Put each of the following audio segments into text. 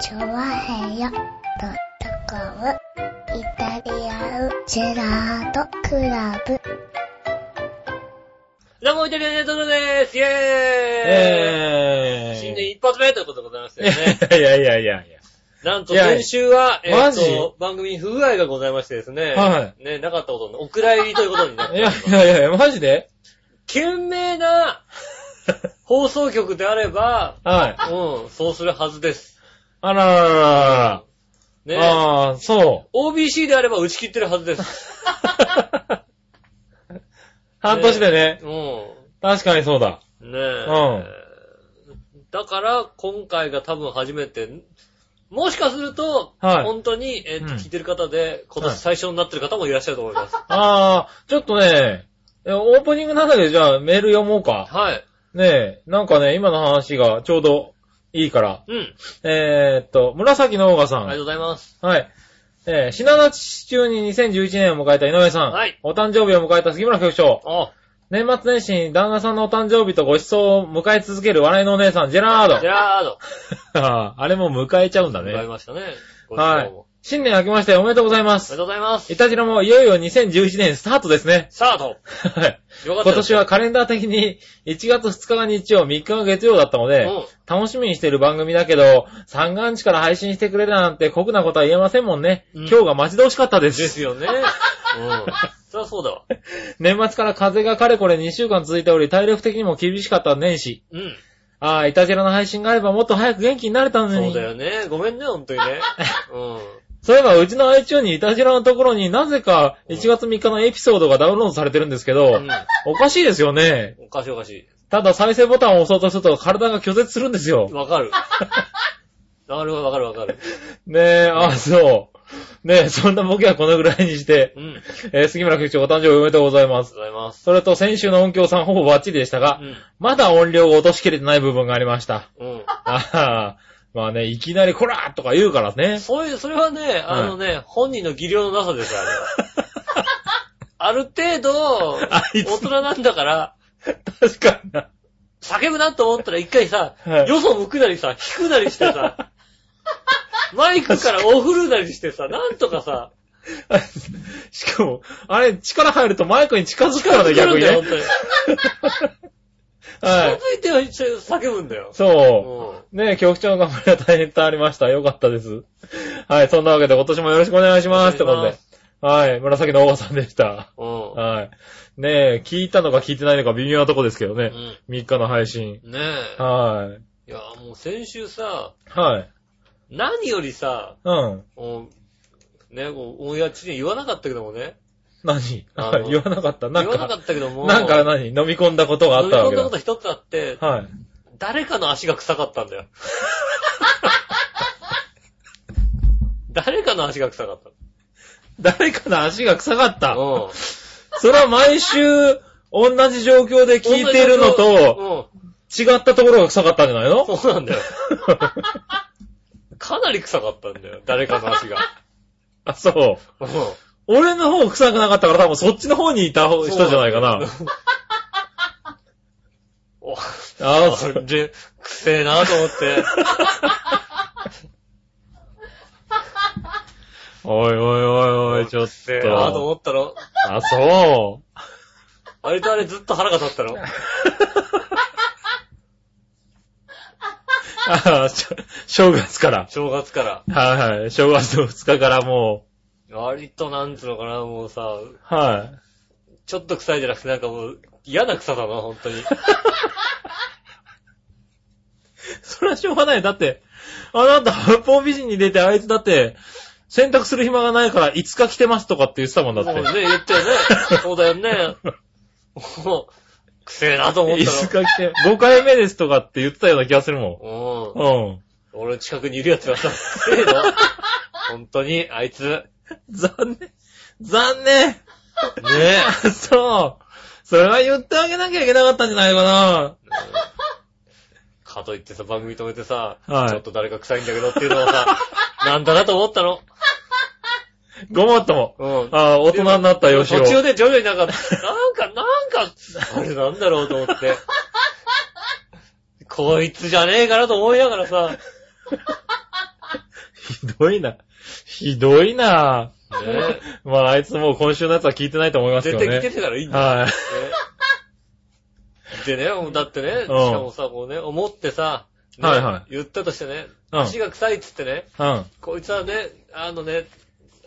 チョワヘヨドットコムイタリアンジェラートクラブ。どうも、イタリアンネットですイェーイ、えー、新年一発目ということでございましてい ね。やいやいやいやいなんといや先週は、えマっジと、番組に不具合がございましてですね。。はいね、なかったことの、お蔵入りということになっ や。いやいて。やいや、マジで懸命 な放送局であれば、はい。うん、そうするはずです。あららららね。ああ、そう。 OBC であれば打ち切ってるはずです。半年でね。うん。確かにそうだ。ねえ。だから、今回が多分初めて、もしかすると、はい本当に、えーうん聞いてる方で、今年最初になってる方もいらっしゃると思います。ああ、ちょっとね、えオープニングなんだけど、じゃあメール読もうか。はい。ねえ、なんかね、今の話がちょうどいいから。うん。えー、っと、紫のオーガさありがとうござん。います。はい。えー、品立ち中に2011年を迎えた井上さん。はいお誕生日を迎えた杉村局長。あ、年末年始に旦那さんのお誕生日とご馳走を迎え続ける笑いのお姉さん、ジェラード。ジェラード。 あーあれも迎えちゃうんだございね。ましたね。ご指は導いも。。新年明けましておめでとうございまありがす。とうございます。いたじらもいよいよ2011年スタートですね。スタート。はい。よかった今年はカレンダー的に1月2日が日曜、3日が月曜だったので、うん楽しみにしてる番組だけど、三が日から配信してくれたなんて酷なことは言えませんもんね。うん今日が待ち遠しかったで。ですすよね。うん。そりゃそうだわ。年末から風がかれこれ2週間続いており、体力的にも厳しかった年始。うん。ああ、いたじらの配信があればもっと早く元気になれたのに。そうだよね。ごめんね、本当にね。うん。そういえば、うちの iTunes にいたじらのところになぜか1月3日のエピソードがダウンロードされてるんですけど、うんおかしいですよね。おかしいおかしただ再生ボタンを押そうとすると体が拒絶するんですよい。。わ かる。わかるわかるわかる。ねえ、あ、そう。ねえ、そんなボケはこのぐらいにしてう、ん。ありがえー杉村局長お誕生日おめでとうございまとうす。ございます。それと先週の音響さんほぼバッチリでしたが、うまだ音量を落としきれてない部分がありました。ん。うん。あははまあね、いきなりこらーとか言うからね。そういう、それはね、あのね、本人の技量のなさです、あれは。 ある程度、あい大つ人なんだから、確かにな。叫ぶなと思ったら一回さ、はいよそ向くなりさ、引くなりして さ、マイクからお振るなりしてさ、なんとかさ、しかも、あれ、力入るとマイクに近づくから来るね、んだ逆によ、ね 本。当に。はい。近づいて叫ぶんだよ。そうう。ねえ、局長の頑張りは大変伝わりました。よかったです。はい、そんなわけで今年もよろしくお願いします。っておこと願いでし。はい、紫の大川さんでした。ん。はい。ねえ、聞いたのか聞いてないのか微妙なとこですけどねう。ん。 3日の配信。うん。ねえ。はいや、もう先週さ、い。はい。何よりさ、うん。もうね、こう思いがちに言わなかったけどもね。何あの言わなかった。な言んわなかか、ったけども。なんか何飲み込んだことがあったわ飲けみ込んだことだ。一つあって、はい。誰かの足が臭かったん だよ。誰かの足が臭かっ。誰かの足が臭かったた。うん。それは毎週、同じ状況で聞いてるのと、違ったところが臭かったんじゃないのうん。そうなんだよ。かなり臭かったんだよ。誰かの足が。あ、そう。うん。俺の方臭くなかったから多分そっちの方にいた方人じゃないかな。おああ、そ。そうれ、くせえなと思って。おいおいおいおい、ちょっ くせえなとと。思ったろ。あ、そ割とあれずっと腹が立ったろ。う。ああ、しょ正月から。正月から。はいはい。正月の2日からも割となんつうのかな、もうさ、う、はい。ちょっと臭いじゃなくてなんかもう嫌な臭さだな、本当に。それはしょうがない。だって、あなた、八方美人に出て、あいつだって、洗濯する暇がないから5日来てますとかって言ってたもんだっそうね、て。言ったよね。そうだよね。もう、くせえなと思っ5た日来て、5回目ですとかって言ってたような気がするもの。うん。ん。うん。俺の近くにいるやつがさ、くせえの本当に、あいつ。ね残念。残念。え。あそう。それは言ってあげなきゃいけなかったんじゃないかかといってさ、番組止めてさ、はいちょっと誰か臭いんだけどっていうのはさ、なんだなと思ったの。な。ごもっとも。うん。ああ、大人になったよしお。途中で徐々になんか、なんか、なんか、あれなんだろうと思 って。こいつじゃねえかなと思いながらさ、ひどいな。ひどいな。ねまあ、あいつもう今週のやつは聞いてないと思いますけ絶ど対ね。来てたらいいんだよ。はい。ねでね、だってね、しかもさ、こうね、思ってさ、ねはいはい言ったとしてね、うん足が臭いっつってね、うん。こいつはね、あのね、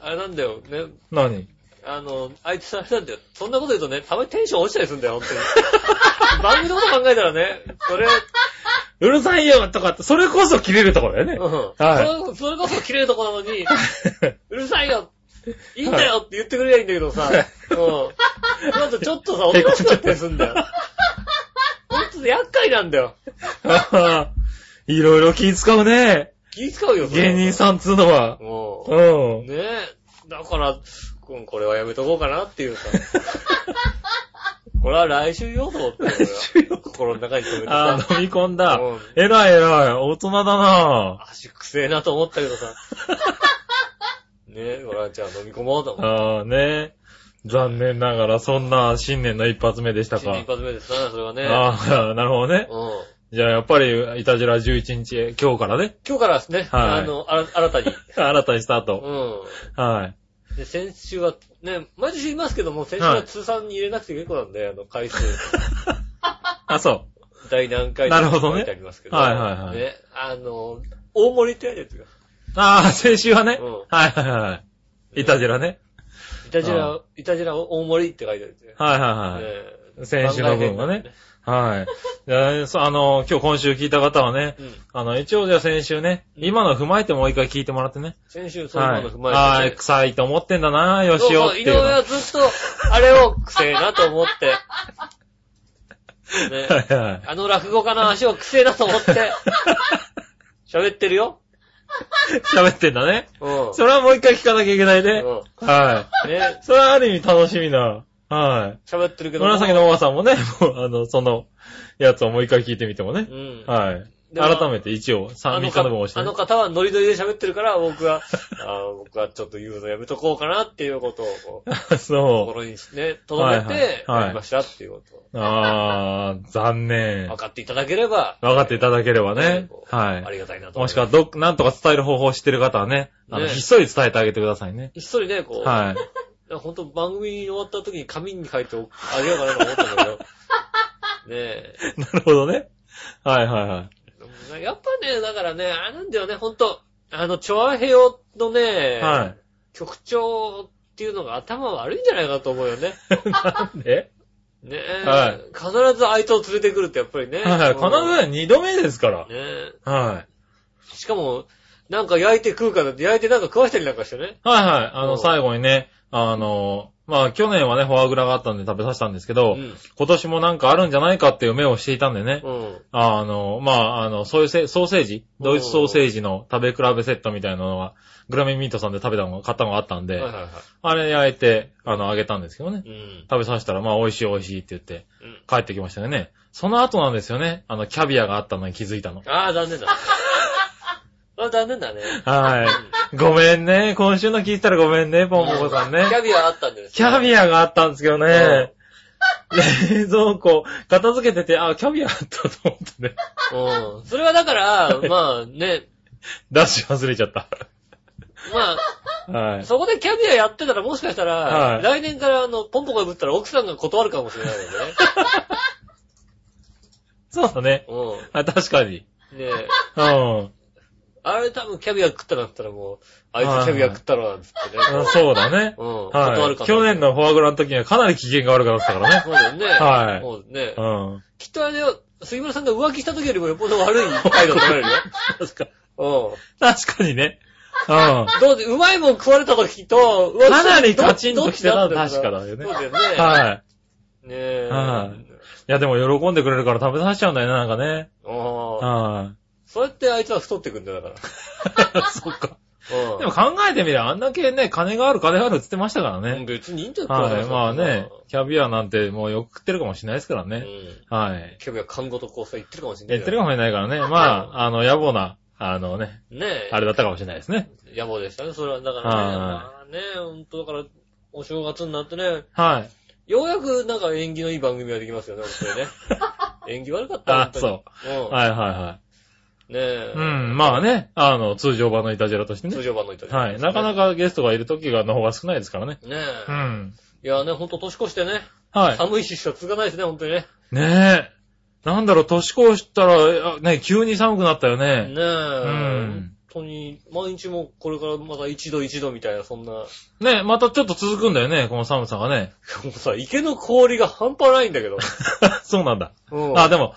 あれなんだよ、ね、何あの、あいつあれなんだよ。そんなこと言うとね、たまにテンション落ちたりするんだよ、本 当に。番組のこと考えたらね、それ、うるさいよとかって、それこそ切れるところだうんよね。はいそれそれこそ綺麗なとこなのに、うるさいよいいんだよって言ってくれりゃいいんだけどさ、はいうん。なんとちょっとさ、おとなしかったりするんだよ。ほんと厄介なんだよ。 いろいろ気使うね。気使うよ、それ芸人さんつうのは。もうう。ん。ねえ。だから、ここれはやめとこうかなっていうさ。これは来週よ、と思って。来週よ。心の中に留めてあさ。ー飲み込んだうん。えらいえらい。大人だな足くせえなと思ったけどさ。ねえ、俺はじゃあ飲み込もうと思って。ああ、ね。残念ながら、そんな新年の一発目でした新年か一。発目ですな、それはね。ああ、なるほどね。うん。じゃあ、やっぱり、いたじら11日、今日からね、今日からですね、はいあの、あら新たに。新たにスタート。うはい。ん。で、先週は、ね、毎年言いますけども、先週は通算に入れなくて結構なんで、あの、回数、あ、そ第何回 なるほどね書いてありますけど。はいはいはいね、あの、大盛りってやるやつが。う。ああ、先週はね。うんはいはいはい。いたじらね。いたじうら、いたじら大盛りって書いてあるやつが。はいはいはい。ね先週の分はね。はい。じゃあ、そうあの、今日今週聞いた方はね、うん。あの、一応じゃあ先週ね、今の踏まえてもう一回聞いてもらってね。先週、そういうはもい。の踏まえて。ああ、臭いと思ってんだな、よしおって井い上うの。はずっと、あれを、くせえなと思 って。ね、はいはい。あの落語家の足をくせえなと思って、喋ってるよ。喋ってんだね。うん。それはもう一回聞かなきゃいけないね。うはん。ねい。、それはある意味楽しみな。はい。喋ってるけども。紫のおばさんもね、もう、あの、その、やつをもう一回聞いてみてもねう。ん。はい。でも改めて一応、あ3の日かの分押してあねの。方はノリノリで喋ってるから、僕 は、あー僕はちょっと言うのやめとこうかなっていうことをこう、 そ心にね、留めて、はいはいはいやりましたっていうことをう。あー、残念分。かっていただければ、分かっていただければねこ。うあはりがたいなと思い。いもます。しくは、どっ、なんとか伝える方法を知ってる方はね、あの、ねひっそり伝えてあげてくださいね。ひっそりね、こう、はい。ほんと番組終わった時に紙に書いておあげようかなと思ったんだ けど。ねなるほどね。はいはいはい。え。やっぱね、だからね、あれなんだよね、ほんと、あの、チョアヘヨのね、は局長っていうのが頭悪いんじゃないかなと思うよね。い。なんでねえ。はい必ず相手を連れてくるってやっぱりね。 はいはい。必ず2度目ですからず。。ねはい。え。しかも、なんか焼いて食うからって、焼いてなんか食わしたりなんかしてね。はいはい。あうの、ん最後にね、あの、まあ、去年はね、フォアグラがあったんで食べさせたんですけど、うん今年もなんかあるんじゃないかっていう目をしていたんでね、うん。あの、まあ、あの、そういうせソーセージ、ドイツソーセージの食べ比べセットみたいなのは、グラミーミートさんで食べたのが、買ったのがあったんで、はいはいはあれ焼いて、あの、あげたんですけどねい。。うん。食べさせたら、まあ、美味しい美味しいって言ってうん、帰ってきましたよね。その後なんですよね、あの、キャビアがあったのに気づいたの。ああ、残 念だ。あ残念だね。はい。ごめんね。今週の聞いたらごめんね、ポンポコさんね。キャビアあったんですキャビアアがあったんですけどね。冷蔵庫、片付けてて、あ、キャビアあったと思ってね。うん。それはだから、まあね、ダッシュ忘れちゃった。まはあ、い。そこでキャビアやってたらもしかしたら、はい来年からあの、ポンポコぶったら奥さんが断るかもしれないよ そうだね。ね。あ、確かに。うん。ねえうん。ああれ多分キャビア食ったなったらもう、あいつキャビア食ったろなんつってね。そうだね。うん。断はるかい。も。去年。のフォアグラの時にはかなり機嫌が悪かったからね。そうだよね。はいそうだねう。ん。きっとあれよ、杉村さんが浮気した時よりもよっぽど悪い態度取られるよ。確か、 う確かにね。うん。ん。どうで、うまいもん食われた時と、浮気した時かなりカチンときてたどっち確かだよねそうだよね。はい。ねえ。はいいや、でも喜んでくれるから食べさせちゃうんだよね、なんかね。ああ。は そうやってあいつは太ってくんだよ、だかい。そっか。ら。うん。でも考えてみれば、あんだけね、金がある、金があるって言ってましたからね。うん別にいいんじゃないはい、まあね、キャビアなんてもうよく食ってるかもしれないですからうね。ん。はい。キャビア看護と交際言ってるかもしれない。言ってるかも。もしれないからね。まあ、あの、野暮な、あのね、ねえ。あれだったかもしれないですね。野暮でしたね、それは。だからね、まあね、ほんとだから、お正月になってね、はい。ようやくなんか縁起 のいい番組ができますよね、本当にね。縁起悪かったあ本、当にそうん。う。はいはいはねえ。うん、まあね、あの、通常版のイタジェラとしてね通。常版のいたはい。なかなか。かゲストがいる時がの方が少ないですからね。ねうえ。ん。いやね、ほんと年越してね。はい。寒いししか続かないですね、ほんとにね。ねえ。なんだろう、年越したら、あね、急に寒くなったよねえ。ね。本当に、毎日もこれからまた一度一度みたいな、そんな。もねまたちょっと続くんだよね、この寒さ がね。うさ、池の氷が半端ないんだ けど。そうなんだ。うんあ、でも、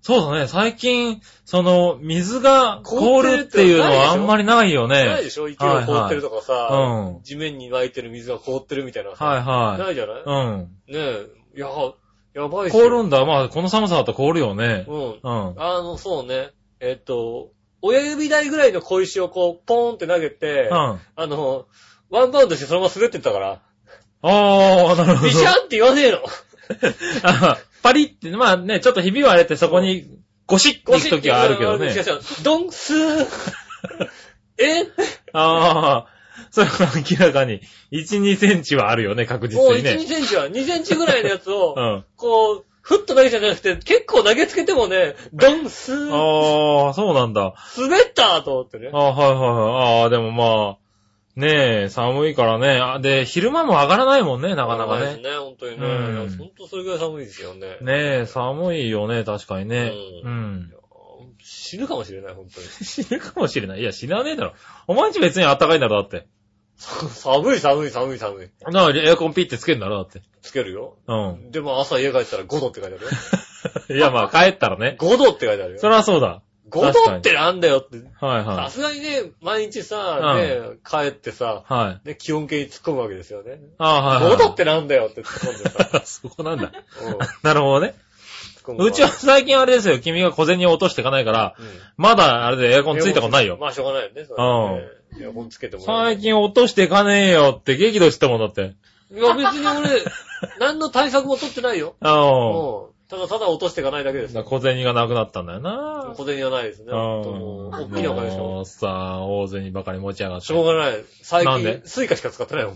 そうだね、最近、その、水が凍るっていうのはあんまりないよないね。でしょ池が凍ってるとかさ、うん地面に湧いてる水が凍ってるみたいなさ。はいなはいじゃない、い。うん。ねえ。いや、やばいっすよ凍るんだ。まあ、この寒さだと凍るよね。うん。うん。あの、そうね。えっと、親指台ぐらいの小石をこう、ポーンって投げて、うん。ああの、ワンバウンドしてそのまま滑ってった から、あ、なるほどビ。シャンって言わねえの。あ パリって、まあね、ちょっとひび割れてそこにゴシッ と行く時はあるけどねゴシッ。て言われるドンス ーえああ、それは明らかに。1、2センチはあるよね、確実もうに1、2ね。センチは、2センチぐらいのやつを う、ん。こう、ふっと投げたんじゃなくて、結構投げつけてもね、ドンスーああ、そうなんだ。滑ったと思ってねあ。あ、はいはいはい。ああ、でもまあ、ねえ、寒いからね。あで、昼間も上がらないもんね、なかなか危いね。ですね、本当にね。うん本当それぐらい寒いですよね。ねえ、寒いよね、確かにね。ううん。死ぬかもしれない、本当に。 死ぬかもしれない。いや、死なねえだろ。お前んち別に暖かいんだろ、だって。寒い寒い寒い寒い。なあ、エアコンピってつけるんだろ、だって。つけるよ。う でも朝家帰ったら5度って書いてあるよ。 ん。いや、まあ、帰ったらね。 5度って書いてあるよ。そりゃそうだ。 5度ってなんだよって。はいさはい。すがにね、毎日さ、うね、帰ってさ、はい。ね、気温計に突っ込むわけですよね。ああ、はいはい。 5度ってなんだよって突っ込んでさ。 そこなんだ。うん突っなるほどね。込むわうちは、最近あれですよ、君が小銭を落としていかないから、うまだあれでエアコンついたことないんよ。まあしょうがないよね、それはね。エアコンつけてもらう最。近落としていかねえよって激怒してたもんだって。いや別に俺、 何の対策も取ってないよ。ああ。うん。ただただ落としていかないだけですよ。小銭がなくなったんだよな。小銭はないですね。ほんともう大きなお金しか持ってないもうさ、大銭ばかり持ち上がっしょうがて。ない。最なんで近、スイカしか使ってないもん。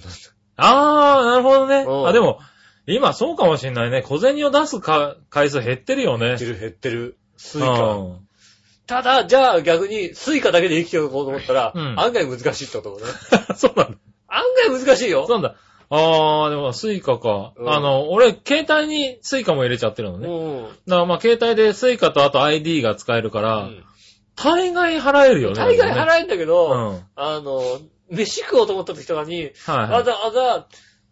ああ、なるほどねうん。あ、でも、今そうかもしんないね。小銭を出すか回数減ってるよ減ねって。る、減ってる。スイうカ。ん ただ、じゃあ逆に、スイカだけで生きていこうと思ったら、うん案外難しいってことね。そうなんだ。案外難しいよ。そうなんだ。ああ、でも、スイカか。うんあの、俺、携帯にスイカも入れちゃってるのうね。ん。だからまあ携帯でスイカとあと ID が使えるから、うん大概払えるよね。大概払えんだけえうん。ど、はいあの、飯食おうと思った時とかに、わはい。ざわざ、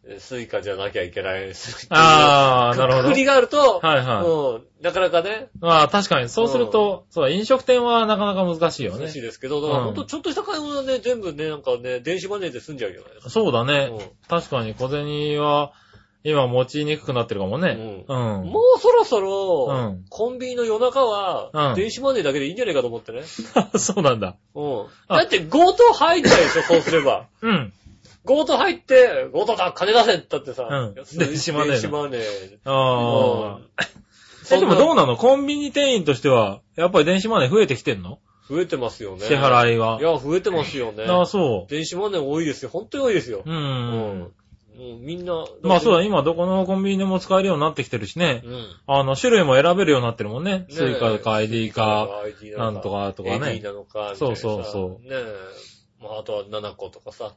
えスイカじゃなきゃいけない。ああ、なるほくど。くりがあると、はいはい。うん、なかなかね、まあ確かに、そうすると、そうだ、飲食店はなかなか難しいよ難ねし。いですけど、だからうんほんとちょっとした買い物はね、全部ね、なんかね、電子マネーで済んじゃうよね。そうだね、うん確かに小銭は、今持ちにくくなってるかもね。うん。もうそろそろ、うんコンビニの夜中は、うん電子マネーだけでいいんじゃないかと思ってね。そうなん だ。うん。あだって強盗入んないでし ょ、そうすれば。うん。強盗入って、強盗だ、金出せって言ったってさ、うんいや電子マネーだ電子マネー。うんああ。え、でもどううなのコンビニ店員としては、やっぱり電子マネー増えてきてんの、増えてますよね。。支払いはいや、増えてますよね。ああ、そ電子マネー多いですよ。本当に多いですよう。。うんうんみんな。まあそうだ、ね。今どこのコンビニでも使えるようになってきてるしね。うん。あの、種類も選べるようになってるもんね。えスイカか ID か。、 ID なんとかとかね AD なのか、。そうそうそうねえ。まあ、あとは7個とかさ。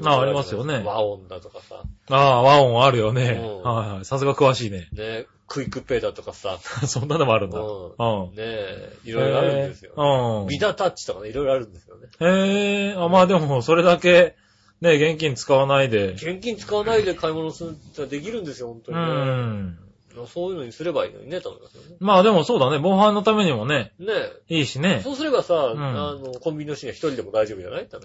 ま あありますよね和音だとかさ。ああ、和音あるよねうん。はいはい。さすが詳しいね。ね え、クイックペイだとかさ。そんなのもあるんだ。うんうねん。え、いろいろあるんですよ。よビダタッチとかね、いろいろあるんですよね。うん。へえ、あ、まあでも、それだけ、ね、現金使わないで。現金使わないで買い物するってできるんですよ、本当うにね。ん。そういうのにすればいいのにね、と思いますよね。まあでもそうだね、防犯のためにもね、ねいいしえ。ね。そうすればさ、んあの、コンビニの人には一人でも大丈夫じゃないって話。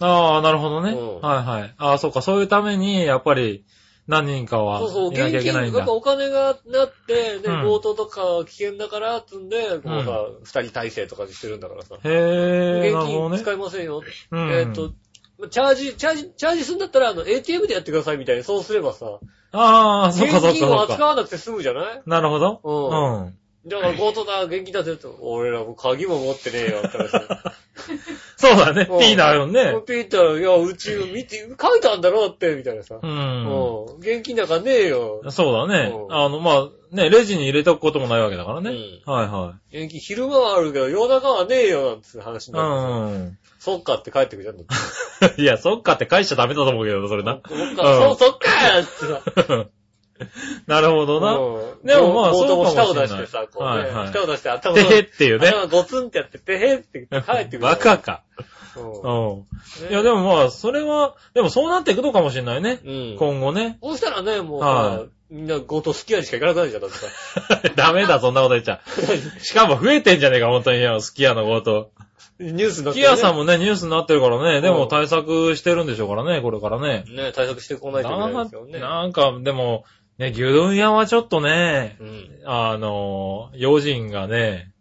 ああ、なるほどね。うんはいはい。ああ、そうか、そういうために、やっぱり、何人かはそうそう、いなきゃ現いけ金、なやいっんだ。ぱお金がなって、ね、うん強盗とかは危険だから、つんで、こうさ、二人体制とかにしてるんだからさ。へえ、現なるほど金ね使。いませんよ。うんえっと、チャージ、チャージ、チャージするんだったら、あの、ATM でやってくださいみたいに、そうすればさ、ああ、そ現っかそっか金をそっ扱か。わなくて済むじゃないなるほど。うんうん。 だから強盗だ、現金だぜと。俺らもう鍵も持ってねえよ、って話。そうだね。うん P だよね。ピーター、いや、うち見て、書いたんだろうって、みたいなさう。ん。うん。現金なんかねえよ。そうだねう。んあの、まあ、ね、レジに入れとくこともないわけだからね。うんはいは現金昼間はあるけど、夜中はねえよ、なんて話になってい。うん。さ。そっかって帰ってくるじゃん。 いや、そっかって返しちゃダメだと思うけど、それな。 そっか、そそっかーってさ。なるほどな。うんでもまあ冒頭そうか舌もを出しれしなていさ、こうはいねはい。舌を出して頭てのへっていうね。頭ゴツンってやって、てへって言って帰ってくる。バカか。う。うんん。いや、でもまあ、それは、でもそうなっていくのかもしれないね。うん。今後ね。 そうしたらね、もうはさ、みんな強盗好きやにしか行かなくなるじゃん、だってさ。ダメだ、そんなこと言っちゃ。しかも増えてんじゃねえか、本当に。スキヤのこと。ニュースになスってキね。ヤさんもね、ニュースになってるからね。でうもん対策してるんでしょうからね、これからね。ね、対策してこないといけないですよね。なんか、でも、ね、牛丼屋はちょっとねう、ん。あの、用心がね、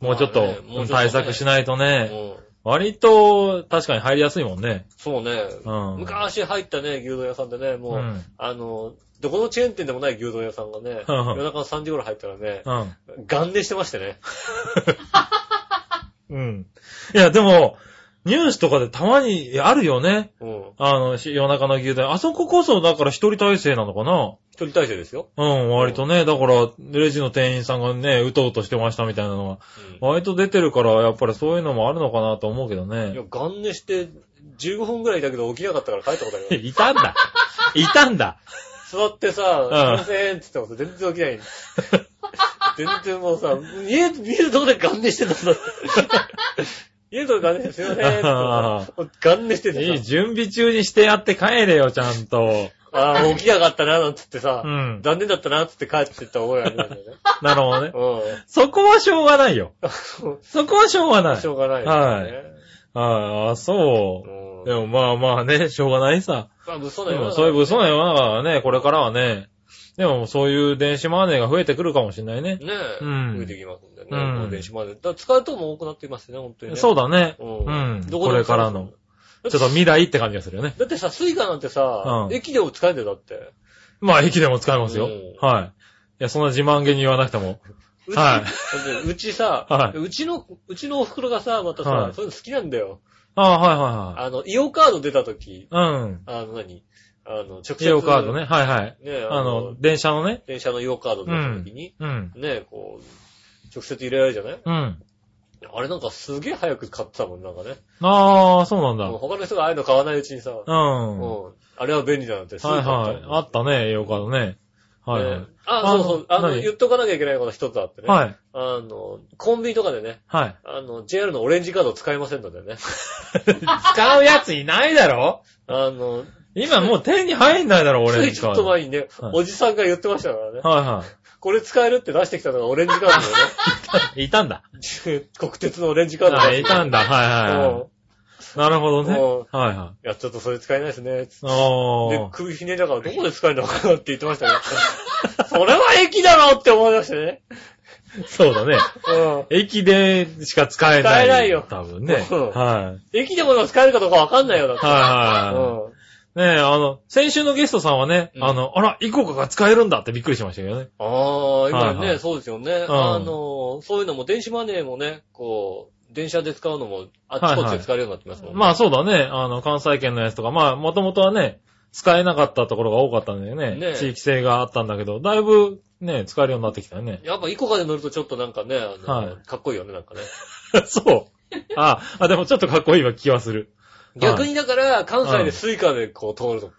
もうちょっまあねもうちょとっとね対策しないとね、うん割と確かに入りやすいもんね。そうね。うん昔入ったね、牛丼屋さんでね、もう、うんあの、どこのチェーン店でもない牛丼屋さんがね、うんうん夜中の3時頃入ったらね、うん。ガン寝してましてね。うん。いや、でも、ニュースとかでたまにあるよね。うん。あの、し夜中の牛丼。あそここそ、だから一人体制なのかな一人体制ですよ。うん、割とね。だから、レジの店員さんがね、うとうとしてましたみたいなのは、うん割と出てるから、やっぱりそういうのもあるのかなと思うけどいねや。、ガン寝して15分ぐらいだけど起きなかったから帰ったことあるよ。いたんだ。 いたんだ。座ってうさすん、いませんって言ってもさ全然起きない。 全然もうさ、家、家のとこでガン寝してたん だって。家のとこでガン寝して、すいませんって言ってさもうガン寝していてい、さ、準備中にしてやって帰れよ、ちゃんと。ああ、起きなかったな、なんつってさう、ん。残念だったな、つって帰ってった覚えあるんだよね。なるほ どね。うそこはしょうがないよ。ん。そこはしょうがないし。ょうがないですね。ああ、そう。うんでもまあまあね、しょうがないさ。まあ、嘘でだもよ。そういう嘘の世の中はね、これからはね、でもそういう電子マネーが増えてくるかもしれないね。ねえ。うん増えてきますんでね。うんもう電子マネー。だから使うとも多くなっていますね、本当にね。そうだね。う。うんん。これからの。。ちょっと未来って感じがす るよね。だってさ、スイカなんてさう、ん駅でも使えんだよ、だって。まあ、駅でも使えますようん。はい。いや、そんな自慢げに言わなくても。うちだはいってうちさは、いうちの、うちのお袋がさ、またはさい、そういうの好きなんだよ。ああ、はいあの、イオカード出た時、はいはい。うん。あの、何あの、直接。イオカード。ね。はいはい。ねああのの、、電車のね。電車のイオカード出た時に、うん。ねこう、直接入れられるじゃないうん。あれなんかすげえ早く買ってたもん、なんかね。ああ、そうなんだ。もう他の人がああいうの買わないうちにさ、うん。はうん。あれは便利だなんて、いはい。あったね、イオカードね。はいはねい。あ、そうそう。ああの、何言っとかなきゃいけないこと一つあってね。はい。あの、コンビニとかでね、はい。あの、JR のオレンジカード使いませんのでね。 使うやついないだろあの、今もう手に入んないだろ、俺つにいちょっと前にね、はいおじさんが言ってましたからね。はいはこれ使えるって出してきたのがオレンジカードだ い。いたんだ。よ ね。国鉄のオレンジカードあだいたんだ。はいはいはうい。なるほどね。うんはいはい。んいや、ちょっとそれ使えないですね。でお、ー。首ひねりながらどこで使えるのかなって言ってました けど。それは駅だろって思いましたね。そうだね。うん。駅でしか使えな使い。えないよ多分ね。はい。うんはい駅でも今使えるかどうかわかんないよ、だって。はうん。い。ねえ、あの、先週のゲストさんはね、うんあの、あら、イコカが使えるんだってびっくりしましたけどね。ああ、今ね、はいはいそうですよね。んあの、そういうのも電子マネーもね、こう、電車で使うのも、あっちこっちで使えるようになってますもんね。まあそうだね、あの、関西圏のやつとか、まあ、もともとはね、使えなかったところが多かったんだよね。ねえ地域性があったんだけど、だいぶ、ね、使えるようになってきたよね。 やっぱイコカで乗るとちょっとなんかね、あのはいかっこいいよね、なんかね。そう。あ、あ、でもちょっとかっこいいわ気はする。逆はいにだから、関西でスイカでこう通ると、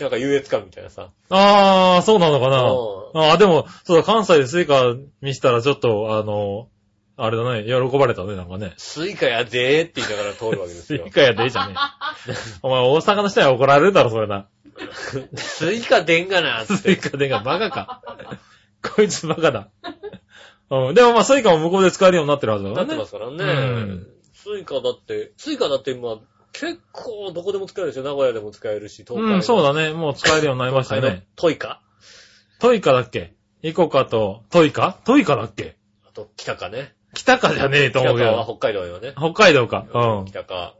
なんか優越感みたいなさ。ああ、そうなのかうな。ああ、でも、そうだ、関西でスイカ見せたらちょっと、あの、あれだね、喜ばれたね、なんかね。スイカやでーって言いながら通るわけですスよイ。カやでいいじゃね え。お前、大阪の人には怒られるだろ、それな。スイカでんがなーっスイて。カでがバ カか。こいつバカだ。うん、でもまあ、スイカも向こうで使えるようになってるはずだなからってねま。すからね。うんスイカだって、スイカだって今、結構どこでも使えるでしょ。名古屋でも使えるし、東海うん、そうだ。だね。もう使えるようになりましあたよのね。、トイカトイカだっけイコカと、トイカトイカだっけあと、北かね。北かじゃねえと北思うかけはど。北海道よね。北海道か。うん。北か。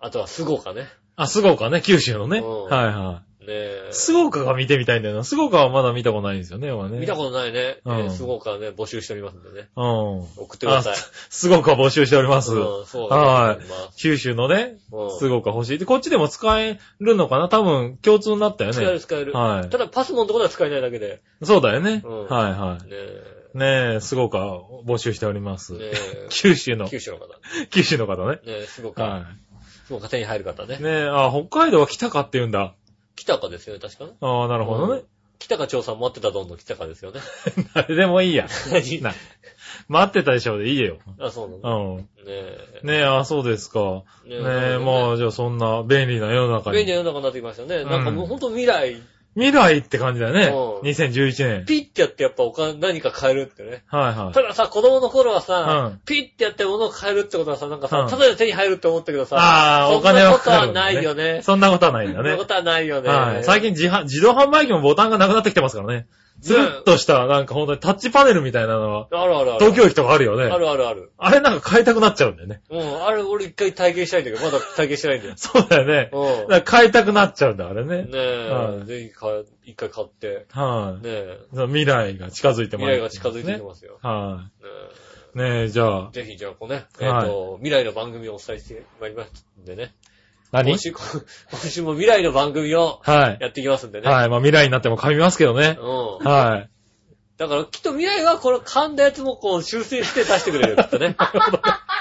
あとは、スゴかね。あ、スゴかね、九州のね。うんはいはねえ。スゴーカが見てみたいんだよな。スゴーカはまだ見たことないんですよね、俺ね。見たことないね。えうーんすごくはね、募集しておりますんでね。とうん。送ってください。スゴーカ募集しております。うん、そうはいいま九州のね、す。スい。ゴーカ欲しい。で、こっちでも使えるのかな多分、共通になったよ使えるね。使える。はただパスモンとこでは使えないだけで。い。そうだよね。うんはいはねえ。い。ねえ、スゴーカ募集しております。ねえ 九州の、九州の方。ね九州の方ね。え、すごく、はすごく手に入る方い。ね。ねえ、あ、北海道は北かって言うんだ。北かですよね、確かね。ああ、なるほどね。北か調査待ってたどんどん北かですよね。誰でもいい や。何な待ってたでしょでいいよ。あ、そうなのねうん。え。ねえ、あ、そうですか。ねねえ、まあ、じゃあそんな便利な世の中便利に。な世の中になってきましたね。うんなんかもうほんと未来、未来って感じだよねう。ん2011年。ピッてやってやっぱお金、何か買えるってね。はいはたださ、子供の頃はさ、うんピッてやって物を買えるってことはさ、なんかさ、うんただで手に入るって思ったけどさ、あーそんなことはお金はかかるもんねないよね。い。そんなことはないんそだんなねこ。とはないよね。はい。最近自販自動販売機もボタンがなくなってきてますからね。ずっとした、なんか本当にタッチパネルみたいなのは、あるあるある。東京駅とかあるよあね。るあるある。あれなんか買いたくなっちゃうんだよね。。うん、あれ俺一回体験したいんだけど、まだ体験してないんだよそうだよね。うだから買いたく なっちゃうんだ、あれねん。。ねえ、はいぜひ買え一回買って、はいね。え、その未来が近づいてま未来いりまがす近づいてきね。ますよ。はねい。ねえ、じゃあえ、ぜひじゃあこうね、えっ、と、未来の番組をお伝えしてまいりますんでね。何今週、 今週も未来の番組をはい。やっていきますんでね。はい。まあ未来になっても噛みますけどね。うん。はい。だからきっと未来はこれ噛んだやつもこう修正して出してくれるよ、きっとね。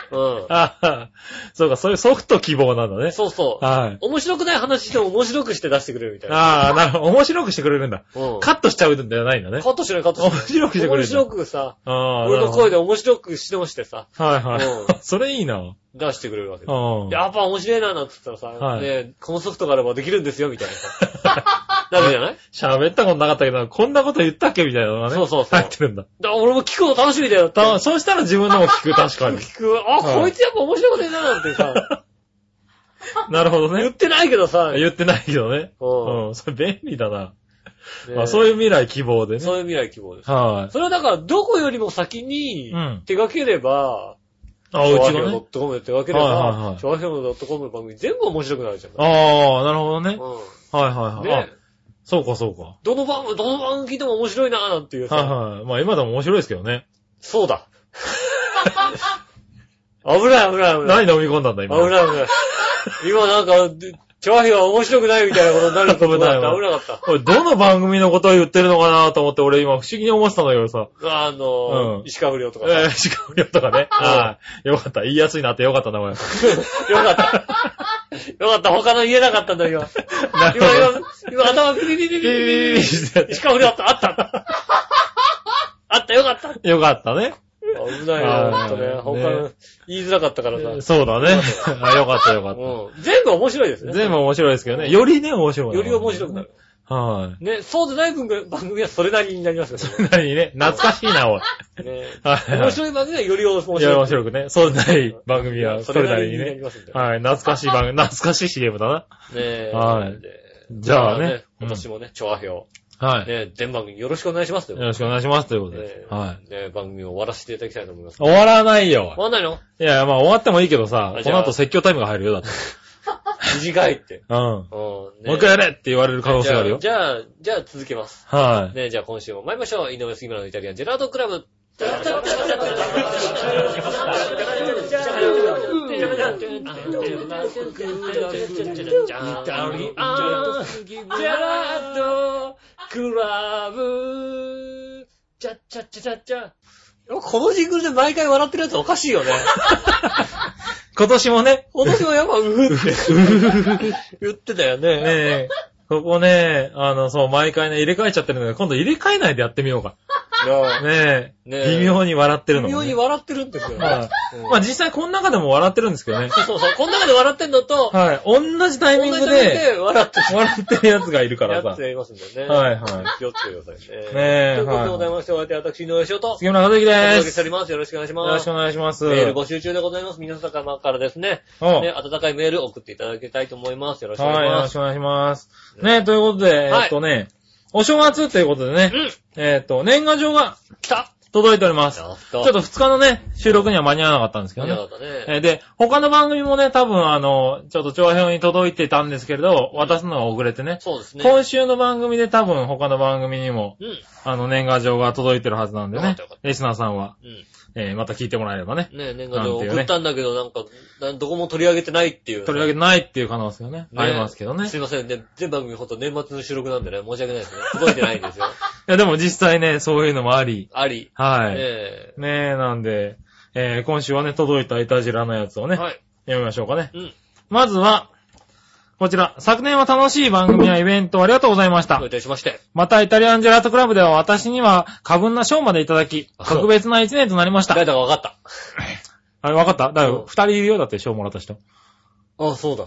うあはそうか、そういうソフト希望なんだん。ね。そうそう。はい。面白くない話しても面白くして出してくれるみたいな。ああ、なるほど。面白くしてくれるんだ。うん。カットしちゃうんではないんだね。カットしない、カットしない。面白くしてく面れるんだ白。くさ、ああ、俺のな声るで面白くしてもしてさ、ほどはいはい。う それいいな。出してくれるわけうだん。やっぱ面白いな、なんつったらさ、はいねこのソフトがあればできるんですよ、みたいなさ。 なるじゃない喋ったことなかったけど、こんなこと言ったっけみたいなのがね。そうそうそう入ってるんだ。だから俺も聞くの楽しみだよって。たそうしたら自分の も聞く、確かに。聞く。あ、はいこいつやっぱ面白いこと言うな、なんてさ、なるほど言ねっ。てないけどさ、言ってないけどね。うんうん。それ便利だな。ねまあそういう未来希望でね。そういう未来希望です。はい。それはだから、どこよりも先にうん、手掛ければ、あ、うちのの .com ね。で手掛けれはいはいはばい、昭和平の .com の番組全部面白くなるじゃん。ああ、なるほどね。うはいはん。いはい。ねあ、そうかそうか。どの番組、どの番組聞いても面白いなーなんていうはいさ、はい。まあ今でも面白いですけどね。そうだ。危ない危ない危ない。 何飲み込んだんだ危今。ない危ない。今なんか、調和平は面白くないみたいなことになると思った。危危なかった。これどの番組のことを言ってるのかなと思って俺今不思議に思ってたんだけどさ。あのう、ん石川不良とかさ。えー、しかもよとか ね。はい。よかった。言いやすいなってよかったな、これ。よかった。よかった。他の言えなかったんだ、今。なる今、ほど。今、今頭ピリピリピリピビビビビビリピリ。って石川不良あった、あった。あった、よかった。 よかったね。危ないよ、ほあーんとね。ね他の、言いづらかったからさ。そうだね。あよかったよかっうん。全部面白いですた。ね。全部面白いですけどね。よりね、面白い。より面白くな。る。はい。ね、そうでない分が番組はそれなりになりますよ 何ね、懐かしい な、おい。ね。ねはいはい面白い番組はより面白い。いや、面白くね。そうでない番組は、そそれれななりりにになりね。ますんで。ねはい、懐かしい番組、懐かしい CM だな。え。はいなんでじゃあね。今年もね、調和表、うんはい。ね、全番組よろしくお願いしますよよ。ろしくお願いします、ということえで。ーはい。ね、番組を終わらせていただきたいと思います。終わらないよ終。わんないのいや、まあ終わってもいいけどさあ、じこゃあの後説教タイムが入るよ、だって。短いって。うん。うん。ももう一回やれって言われる可能性があるよ。じゃあ、じゃあ続けます。はね、じゃあ今週も参りましょう。井上杉村のイタリアンジェラートクラブ。このジングルで毎回笑ってるやつおか しいよね。い。今年も ね、今年もやっぱ、うふって言ってたよね。ねえ、ここね、あの、そう、毎回ね、入れ替えちゃってるんだけど、今度入れ替えないでやってみようか。ねえ、ねえ微妙に笑ってるの微も妙ね、に笑ってるんですよ。はいうんまあ実際この中でも笑ってるんですけどね。そうそう、この中で笑ってんのと、はい。同じタイミングで、で笑って笑ってるやつがいるからやさつ。やりますんでね。はいはい。気をつけてくださいね。ねえということはでいございまして、お相手は私、井上翔と、お杉村和之で届けしておりす。ます。よろしくお願いしまよす。ろしくお願いします。メール募集中でございます。皆様からですね、おね、温かいメール送っていただきたいと思います。よろしくおは願いい、しよまろしす。くお願いします。ね、ということで、はいえっとね、お正月ということでね、うんえっと、年賀状が来た届いております。やった。ちょっと2日のね、収録には間に合わなかったんですけど嫌だね。ったえね。ーで、他の番組もね、多分あの、ちょっと長編に届いてたんですけれど、渡すのが遅れてね。そうですね。今週の番組で多分他の番組にも、うん。あの、年賀状が届いてるはずなんでよかっねたよかっ。リスナーさんは、うん。えーまた聞いてもらえればね。ねえ、年賀な状んていうね送ったんだけど、なんか、などこも取り上げてないっていう。取り上げないっていう可能性がね、ねありますけどね。いすいませんね。全番組ほんと年末の収録なんでね、申し訳ないですね。 届いてないんですよ。や、でも実際ね、そういうのもあり。あり。はい。ねええ、なんで、えー今週はね、届いたイタジラのやつをえね、はい。読みましょうかね。うん。まずは、こちら、昨年は楽しい番組やイベントありがとうございましたどうい。たしまして。また、イタリアンジェラートクラブでは私には過分な賞までいただき、あそう特別な一年となりました。誰だか分かった。あれ、わかっただうよん、二人いるよ、だって賞もらった人。ああ、そう だ。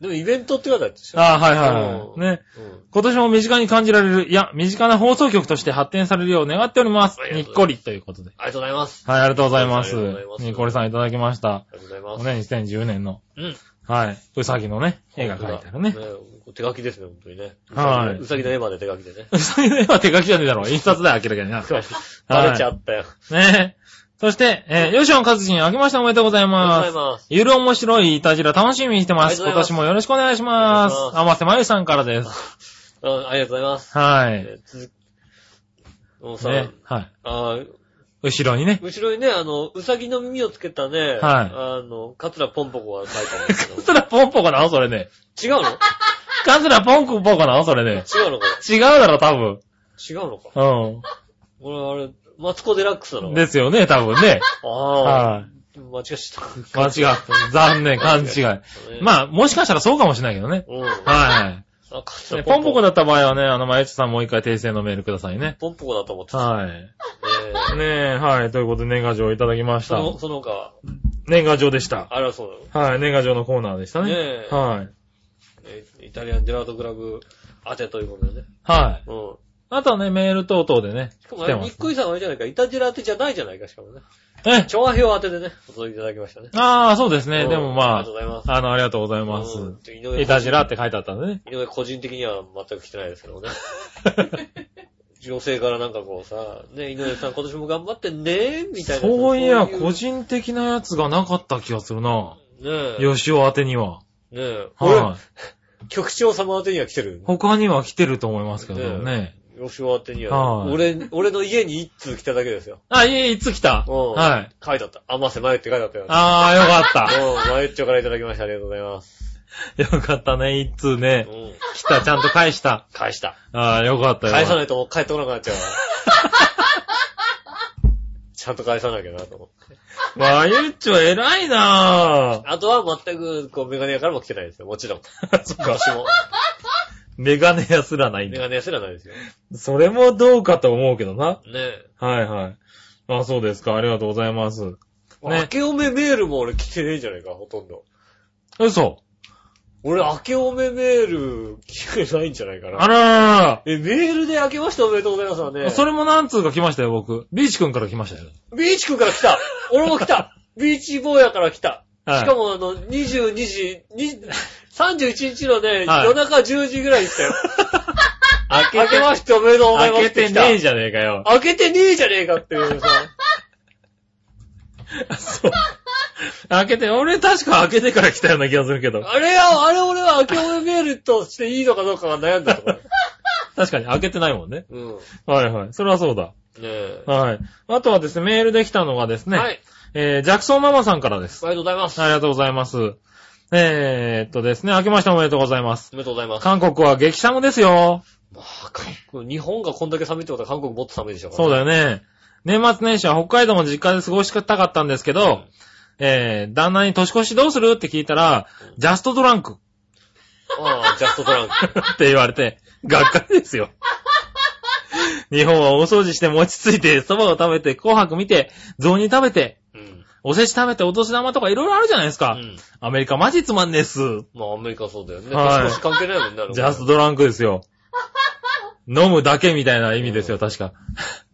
でもイベントって言われたでしょ。ああ、はいはいそはうい。ね。うん。今年も身近に感じられる、いや、身近な放送局として発展されるよう願っておりますあり。がにっとうございますこりということで。ありがとうございます。はい、ありがとうございまあすりがとうございま。すにっこりさんいただきました。ありがとうございます。ね、2010年の。うん。はい。うさぎのね、絵が描いてあるね。手書きですね、本当にね。はいうさぎの絵まで手書きでね。うさぎの絵は手書きじゃねえだろ。印刷だよ、明らかにな。バレちゃったよ。ねそして、えー、吉野和人、明けましておめでとうございありがまとうすご。ざいます。ゆる面白いいたじら楽しみにしてまありす。がとうござ今います年もよろしくお願いしますお願いし。ます甘瀬まゆさんからです。うんありがとうございます。はい。えー続きもうさ、ね、はい。あー後ろにね。後ろにね、あの、うさぎの耳をつけたね、あの、カツラポンポコが書いてあるんですけど カツラポンポコなのそれね。違うのカズラポンポコなのそれね。違うのか違うだろ、多分。違うのかう俺、あれ、マツコデラックスなのん。ですよね、多分ね。ああ、は間違えちゃっい。間違った。残念、勘違たね。い。まあ、もしかしたらそうかもしれないけどね。うん。はあカい。ツでラポンポコだ。だった場合はね、あの、まゆちさんもう一回訂正のメールくださいね。ポンポコだと思ってた。はい。ねねえ、はい。ということで、年賀状をいただきましそた。の、その他は、年賀状でした。あれはそうだよはい。年賀状のコーナーでしたね。ねえはい。えイタリアンジェラートクラブ当てということでね。はい。うん。あとはね、メール等々でね。しかも来あてれ、まにっす。こりさんはあれじゃないか、イタジェラ当てじゃないじゃないか、しかもね。え調和表当てでね、お届けいただきましたね。ああ、そうですね。うんでもあまりがとうございます。あ、あの、ありがとうございます。うん井上いたじらって書いてあったんでね。井上個人的には全く来てないですけど ね。女性からなんかこうさ、ね、井上さん今年も頑張ってね、みたいな。そういや、人。個人的なやつがなかった気がするな。ねえ。ね吉尾宛てには。え。俺、はい。局長様宛てには来てる。他には来てると思いますけどね。吉尾宛てには、はい俺、俺の家に一通来ただけですよ。あ、いえ、いつ来たうんはい。書いてあった。あませまゆって書いてあったよ。あー、よかっうん、まゆっちょからいただきました。ありがとうございます。 た。よかったね、いつうね。ん。来 た、ちゃんと返した。返した。あー、よかったよ。。返さないいともう帰ってこなくなっちゃう から。ちゃんと返さなきゃなと思って。わゆっちょ偉いなぁ。あとは全く、こう、メガネ屋からも来てないですよ。もちろん。 そっか。私も。メガネ屋すらないんメだ。ガネ屋すらないですよ。それもどうかと思うけどな。ねえ。はいはい。あ、そうですか。ありがとうございます。ね明けおめメールも俺来てねえじゃないか、ほとんど。嘘。俺、明けおめメール来てないんじゃないかな。あらー。え、メールで明けましておめでとうございますわね。それも何通か来ましたよ、僕。ビーチ君から来ましたよ。ビーチ君から来 た俺も来たビーチ坊やから来たはいしかもあの、22時、に31日のね、はい夜中10時ぐらいに来たよ。開 明けましておめでとうございます開けってて来た。ねえじゃねえかよ。開けてねえじゃねえかって いうさ。そう。開けて、俺確か開けてから来たような気がするけど。あれや、あれ俺は明けおめメールとしていいのかどうかが悩んだところ。確かに開けてないもんね。 うん。ねはいはい。それはそうだ。え。はい。あとはですね、メールできたのがですね、はい。えー、ジャクソンママさんからです。ありがとうございます。ありがとうございます。えー、っとですね、明けましておめでとうございます。おめでとうございます。韓国は激寒ですよ。まあ、韓国、日本がこんだけ寒いってことは韓国もっと寒いでしょそうだ。だよね。年末年始は北海道も実家で過ごしたかったんですけど、えー、旦那に年越しどうするって聞いたら、ジャストドランクああ、ジャストトランク。って言われて、 がっかりですよ。 日本は大掃除して餅ついて、蕎麦を食べて、紅白見て、雑煮食べて、うん。おせち食べて、お年玉とかいろいろあるじゃないですうか。ん。アメリカマジつまんねえっす。まあ、アメリカはそうだよね。はい年越し関係ないもんね。あれジャストドランクですよ。飲むだけみたいな意味ですよ、確か。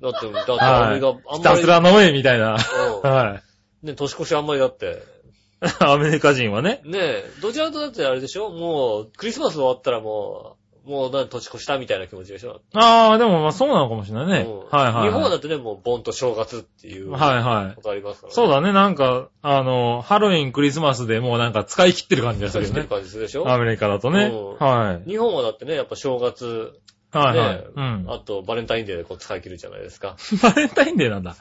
だって、だって、アメはリカ、い。あんひまたり、すら飲めみたいな。うんはい。ね、年越しあんまりだって。アメリカ人はね。ねえ、どちらかとだってあれでしょもう、クリスマス終わったらもう、もう、なんか年越したみたいな気持ちでしょ。ああ、でもまあそうなのかもしれないね。うんはいはい。日本はだってね、もう、ボンと正月っていう。はいはいことありますからね。そうだね、なんか、あの、ハロウィン、クリスマスでもうなんか使い切ってる感じがすそうるいようね。感じするでしょアメリカだとね。うんはい。日本はだってね、やっぱ正月、はいはいね。うん。あとバレンタインデーでこう使い切るじゃないですか。バレンタインデーなんだ。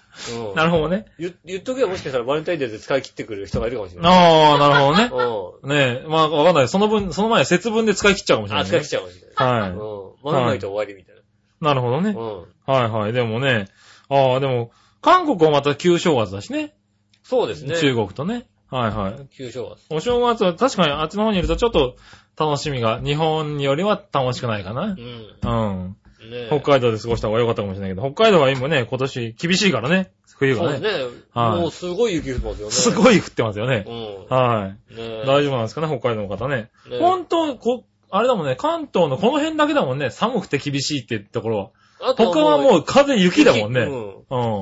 うんなるほどね。言言っとけばもしかしたらバレンタインデーで使い切ってくれる人がいるかもしれない。ああ、なるほどね。うねえ、まあ、わかんない。その分、その前、節分で使い切っちゃうかもしん。れなあ、い、ね。使い切っちゃうかもしれない。はうん。バレないと終わりみたいい。なるほどねな。。うん。はいはい。でもね、ああ、でも、韓国はまた旧正月だしね。そうですね。中国とね。はいはい。旧正月。お正月は確かにあっちの方にいるとちょっと楽しみが、日本よりは楽しくないかなう。ん。うん。ね北海道で過ごした方が良かったかもしれないけど、北海道は今ね、今年厳しいからね。冬そうがですね。ね。はいもうすごい雪降ってますよね。すい。ごい降ってますようね。ん。はい。ねえ大丈夫なんですかね、北海道の方ね。ねえ本当、こ、あれだもんね、関東のこの辺だけだもんね、寒くて厳しいってところは。あと他はもう風雪だもんね。ううん。ん。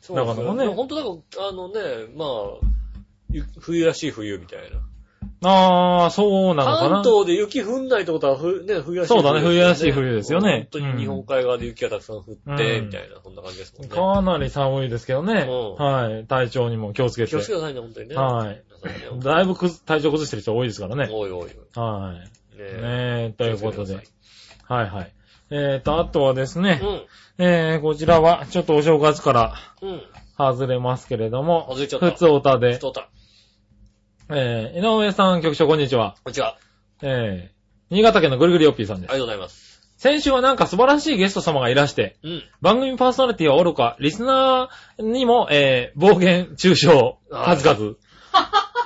そうなかなかね本当だから、あのね、まあ、ゆ冬らしい冬みたいな。あー、そうなのか関な。東で雪降んないってことは、ふね、冬らしいそうだね冬らしでいすよ冬ですよね本当に日本海側で雪がたくさん降って、みたうんいな、そんな感じですもんね。かなり寒いですけどね。うんはい。体調にも気をつけ気てをつ。けてくださいね、本当にね。はい皆さんね。だいぶくず体調崩してる人多いですからね。おいおいおい。ねはえい。ねえ、ということで気をつ。はいはい。えーと、あとはですけてねくだ、さいえー、こちらは、ちょっとお正月からうん。うん。外れますけれども、外れちゃった。ふつおたで、太った。えー、井上さん局長こんにちは。こんにちは。えー、新潟県のぐるぐるよっぴーさんありでがす。とうございます。先週はなんか素晴らしいゲスト様がいらして、うん。番組パーソナリティはおろか、リスナーにも、えー、暴言、中傷、あー 数々、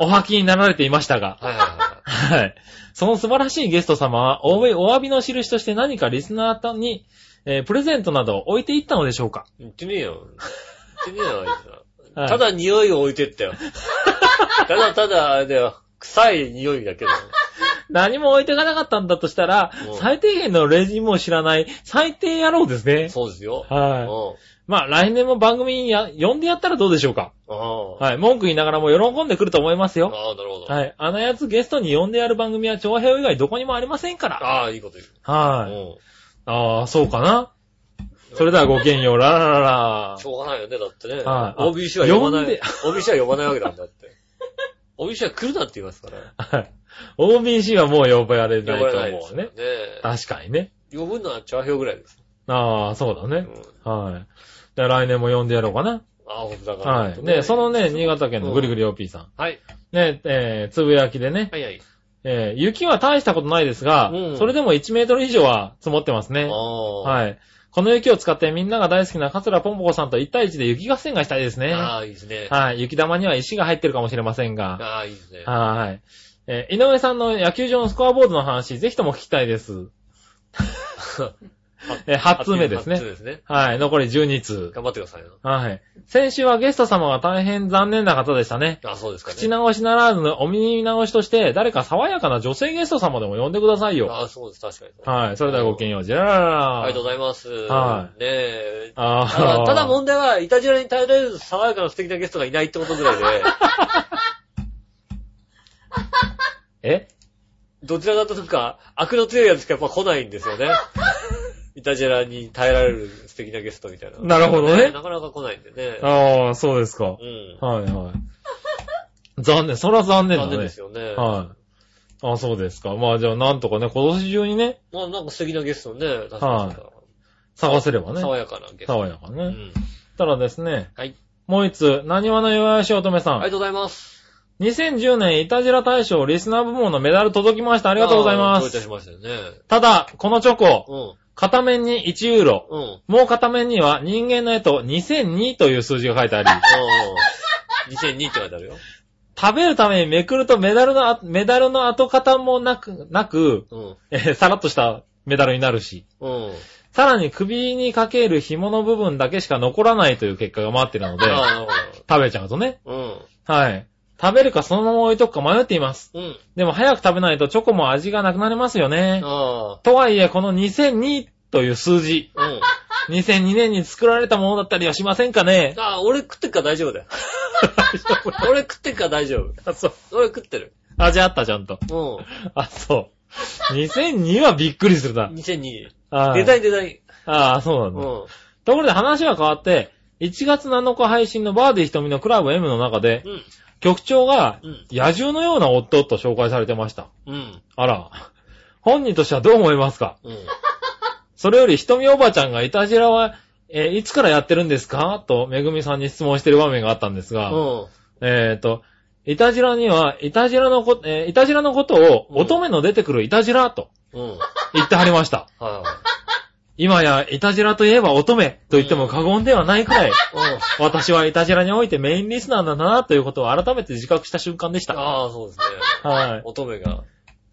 お吐きになられていましたが、はいはいはいははい。その素晴らしいゲスト様は、お詫お詫びの印として何かリスナーに、えー、プレゼントなどを置いていったのでしょうか、い。言ってねえよ。言ってねえよ、あいつらはいただ匂いを置いてったよ。ただただ、あれだよ。臭い匂いだけだよ。何も置いていかなかったんだとしたらうん、最低限のレジも知らない、最低野郎ですね。そうですよ。はい。まあ、来年も番組にや呼んでやったらどうでしょうか。うん。ああ。はい。文句言いながらも喜んでくると思いますよ。ああ、なるほど。はい。あのやつゲストに呼んでやる番組は長平以外どこにもありませんから。ああ、いいこと言う。はい。うんああ、そうかな。それではごきげんよう、ララララし。ょうがないよね、だってね。はい OBC は呼ばな呼んいで。 OBC は呼ばないわけなんだって。OBC は来るなって言いますから。はい。OBC はもう呼ばれ呼ないばれとないで思すうねね。。確かにね。呼ぶのはチャーヒョウぐらいです。ああ、そうだうねん。はい。じゃあ来年も呼んでやろうかな。ああ、ほんとだから。はい。ね、そのね、新潟県のぐりぐり OP さん。はい。ね、えーつぶやきでね、はいはい。えー雪は大したことないですが、うんそれでも1メートル以上は積もってますあね。あ。い。はい。この雪を使ってみんなが大好きな桂ポンポコさんと1対1で雪合戦がしたいですね。ああ、いいですね。はい。雪玉には石が入ってるかもしれませんが。ああ、いいですね。はい。えー井上さんの野球場のスコアボードの話、ぜひとも聞きた いです。えー、8通目です初ね。ですね。はい。残り12通。頑張ってくださいよ。はい。先週はゲスト様が大変残念な方でしたね。ああ、そうですかね。口直しならず、お耳直しとして、誰か爽やかな女性ゲスト様でも呼んでくださいよ。ああ、そうです、確かに。はい。それではごきげんよう。じゃらありがとうございます。はねえ。たあだあ。ただ問題は、イタジラに耐えられる爽やかな素敵なゲストがいないってことぐらいで、 えどちらだとなんか、悪の強いやつしかやっぱ来ないんです よね。イタジラに耐えられる素敵なゲストみたいな。なるほどねなかなか来ないんでね。ああ、そうですかう。ん。はいはい。残念。それは残念だ残ね。念ですよね。はい。あそうですか。まあじゃあなんとかね、今年中にね、まあなんか素敵なゲストね、確はかい探せればに。ね。爽やかなゲスト。爽やかね。うん。ただですね、はい。もう一つ、何話の弱し乙女さありがん。とうございます。 2010年イタジラ大賞リスナー部門のメダル届きました。あありがとうございまどういたしす。ましたよね。ただ、このチョコ、う片面に1ユーロ、ん。うん。うん。もう片面には人間の絵と2002という数字が書いて あり、 2002って書いてあるよ。食べるためにめくるとメダルのあ、メダルの跡形もなく、なく、うん。えーさらっとしたメダルになるし、うん。さらに首にかける紐の部分だけしか残らないという結果が待ってるので、ああ、なる食べちゃうとね。ほど。はい。食べるかそのまま置いとくか迷っています。うん。うん。でも早く食べないとチョコも味がなくなりますよね。あとはいえ、この2002という数字、あ。うん。 2002年に作られたものだったりはしませんかねああ、俺食ってっから大丈夫だ よ。俺食ってっから大丈夫。あ、そう。俺食ってる。味あった、ちゃんと。うん。あ、そ2002はびっくりするな。 2002。はいデザインデザイン。ああ、そうなうんだ。ん。ところで話は変わって、1月7日配信のバーディー瞳のクラブ M の中で、うん。局長がうん、野獣のような夫と紹介されてました。うん。あら、本人としてはどう思いますかうん。それより瞳おばちゃんがいたじらは、えーいつからやってるんですかと、めぐみさんに質問してる場面があったんですが、うん。えっ、と、いたじらには、いたじらのこ、えーいたじらのことを、うん乙女の出てくるいたじらとうん。言ってはりました。は今や、いたじらといえば乙女と言っても過言ではないくらい、いはい。うん。私はいたじらにおいてメインリスナーなんだなということを改めて自覚した瞬間でした。ああ、そうですね。はい。乙女が。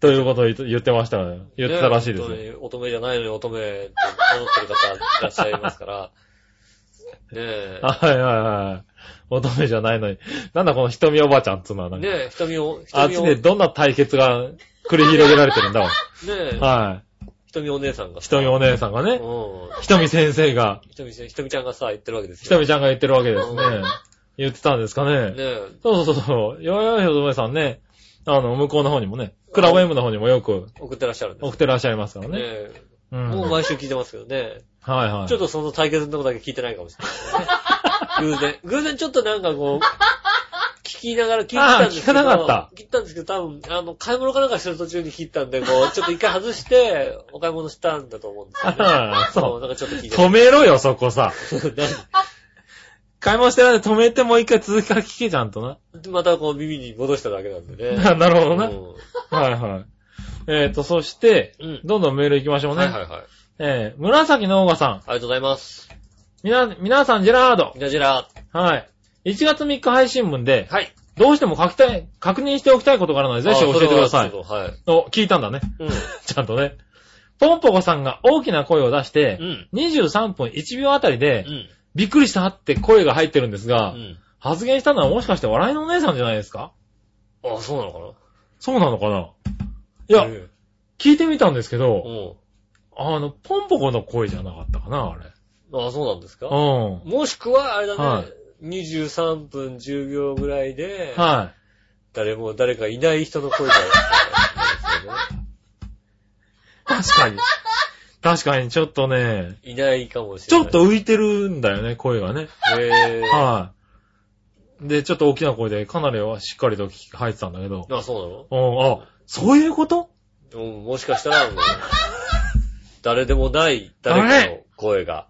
ということを言って言ってましたね。言ってたらしいですねよ。え本当に乙女じゃないのに乙女って思ってる方いらっしゃいます から。ねえ。はいはいはい。乙女じゃないのに。なんだこの瞳おばちゃんっつうのはなんか。ねえ、瞳を、あっ瞳ちを、でねどんな対決が繰り広げられてるんだわ。え、は瞳お姉さんがい。さ。瞳お姉さんがね、うん。瞳先生が、瞳ちゃん、瞳ちゃんがさ、言ってるわけですよ。瞳ちゃんが言ってるわけですねうん。言ってたんですかね。ねえ。そうそうそう。よよよどめさんね、あの、向こうの方にもね、クラブ M の方にもよく送ってらっしゃるんです送ってらっしゃいますからねね。え。うん。もうはい毎週聞いてますけどね。はい。ちょっとその対決のとこだけ聞いてないかもしれないですね。 偶然。偶然ちょっとなんかこう、聞きながら聞いてたんですけど。あー聞かなかっ聞いたんですけど、多分、あの、買い物かなんかしてる途中に聞いたんで、こ う、ちょっと一回外して、お買い物したんだと思うんですよね。ああそ、そう。なんかちょっと聞いうて止めろよ、そこさ。な買い物してないで止めてもう一回続きから聞けちゃんとな。いまたこう耳に戻しただけなんでね。 なるほどな。うんはいはい。えーと、そして、うん。どんどんメール行きましょうね。はいはいはい。ありえー、紫のオーガさん。がとうございます。みな、皆さん、ジェラード。みなじら。はい。1月3日配信分で、はい。どうしても書きたい、確認しておきたいことがあるので、ぜひ教えてくださあい。そうはい。お、聞いたんだね。 うん。ちゃんとね。ポンポコさんが大きな声を出してう、ん。 23分1秒あたりでう、ん。びっくりしたって声が入ってるんですうが、ん。発言したのはもしかして笑いのお姉さんじゃないですかあ、そうなのかなそうなのかないいや、うん。聞いてみたんですけうど、あの、ポンポコの声じゃなかったかな、あれ。んあ、そうなんですかうん。もしくは、あれだね、はい23分10秒ぐらいで、は誰も、誰かいない人の声が、い。確かに。確かに、ちょっとね、いないかもしちれょなっい。と浮いてるんだよね、声がね。へぇはい。で、ちょっと大きな声で、かなりはしっかりと聞き入ってたんだけど、ー。あ、そうん、あ、そういうことうなのうんもしかしたら、もう 誰でもない、誰かの声が。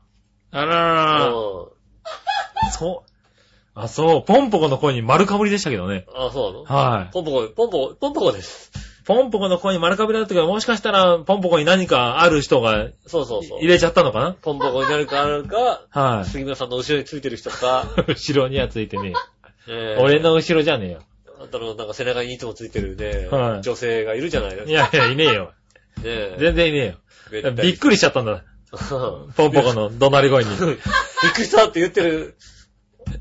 あうんら。そう。あ、そう、ポンポコの声に丸かぶりでしたけどね。あ、そうなのはポンポコ、ポンポコ、ポンポコです。い。ポンポコの声に丸かぶりだったけど、もしかしたら、ポンポコに何かある人がそうそうそう入。れちゃったのかなポンポコになるか、あるか、はい。 杉村さんの後ろについてる人か、後ろにはついてねええよ。 俺の後ろじゃねえよ。あんたのなんか背中にいつもついてるね、はい女性がいるじゃないですか。いやいや、いねえ よ。ねえ。全然いねえよ。びっくりしちゃったんだ。ポンポンポコ。 の怒鳴り声に。びっくりしたって言ってる。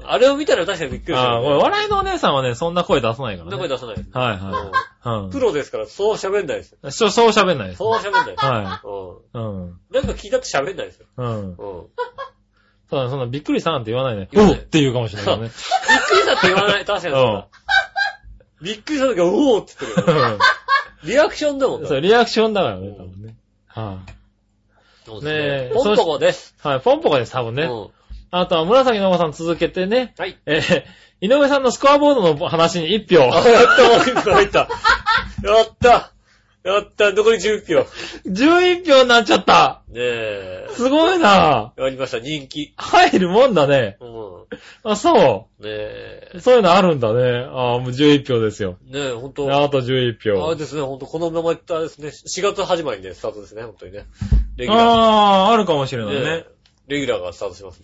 あれを見たら確かにびっくりした あよあ、ね、俺笑いのお姉さんはね、そんな声出さないかそんらな声ね。出さないです。はいはうんい。プロですから、そう喋んないですよ。うん。そう、そう喋んないです。そう喋んないですよ。はうい。うん。ん。なんか聞いたって喋んないですよ。うん。うん。そうだね、そんなびっくりさんって言わないね。言わおなういって言うかもしれないけどね。びっくりしたって言わない。確かにそうだ。びっくりした時は、うおーって言ってるよね。リアクションだもんうんな そう、リアクションだからね、多分ね。はそうですねえポンポコです。い。はい、ポンポコです、多分うね。んあとは紫のおばさん続けてね。はい。えー井上さんのスコアボードの話に1票。あ、やった、入った。やった。やった、残り10票。 11票になっちゃったねえ。すごいなやりました、人気。入るもんだね。うん。あ、そねえう。。そういうのあるんだね。あもう11票ですよ。ねえ、ほんと。あと11あれ票。ですね、ほんと、このままいったらですね、4月始まりでスタートですね、ほんとにね。レギュラああー、あるかもしれー。ないねね。レギュラーがスタートします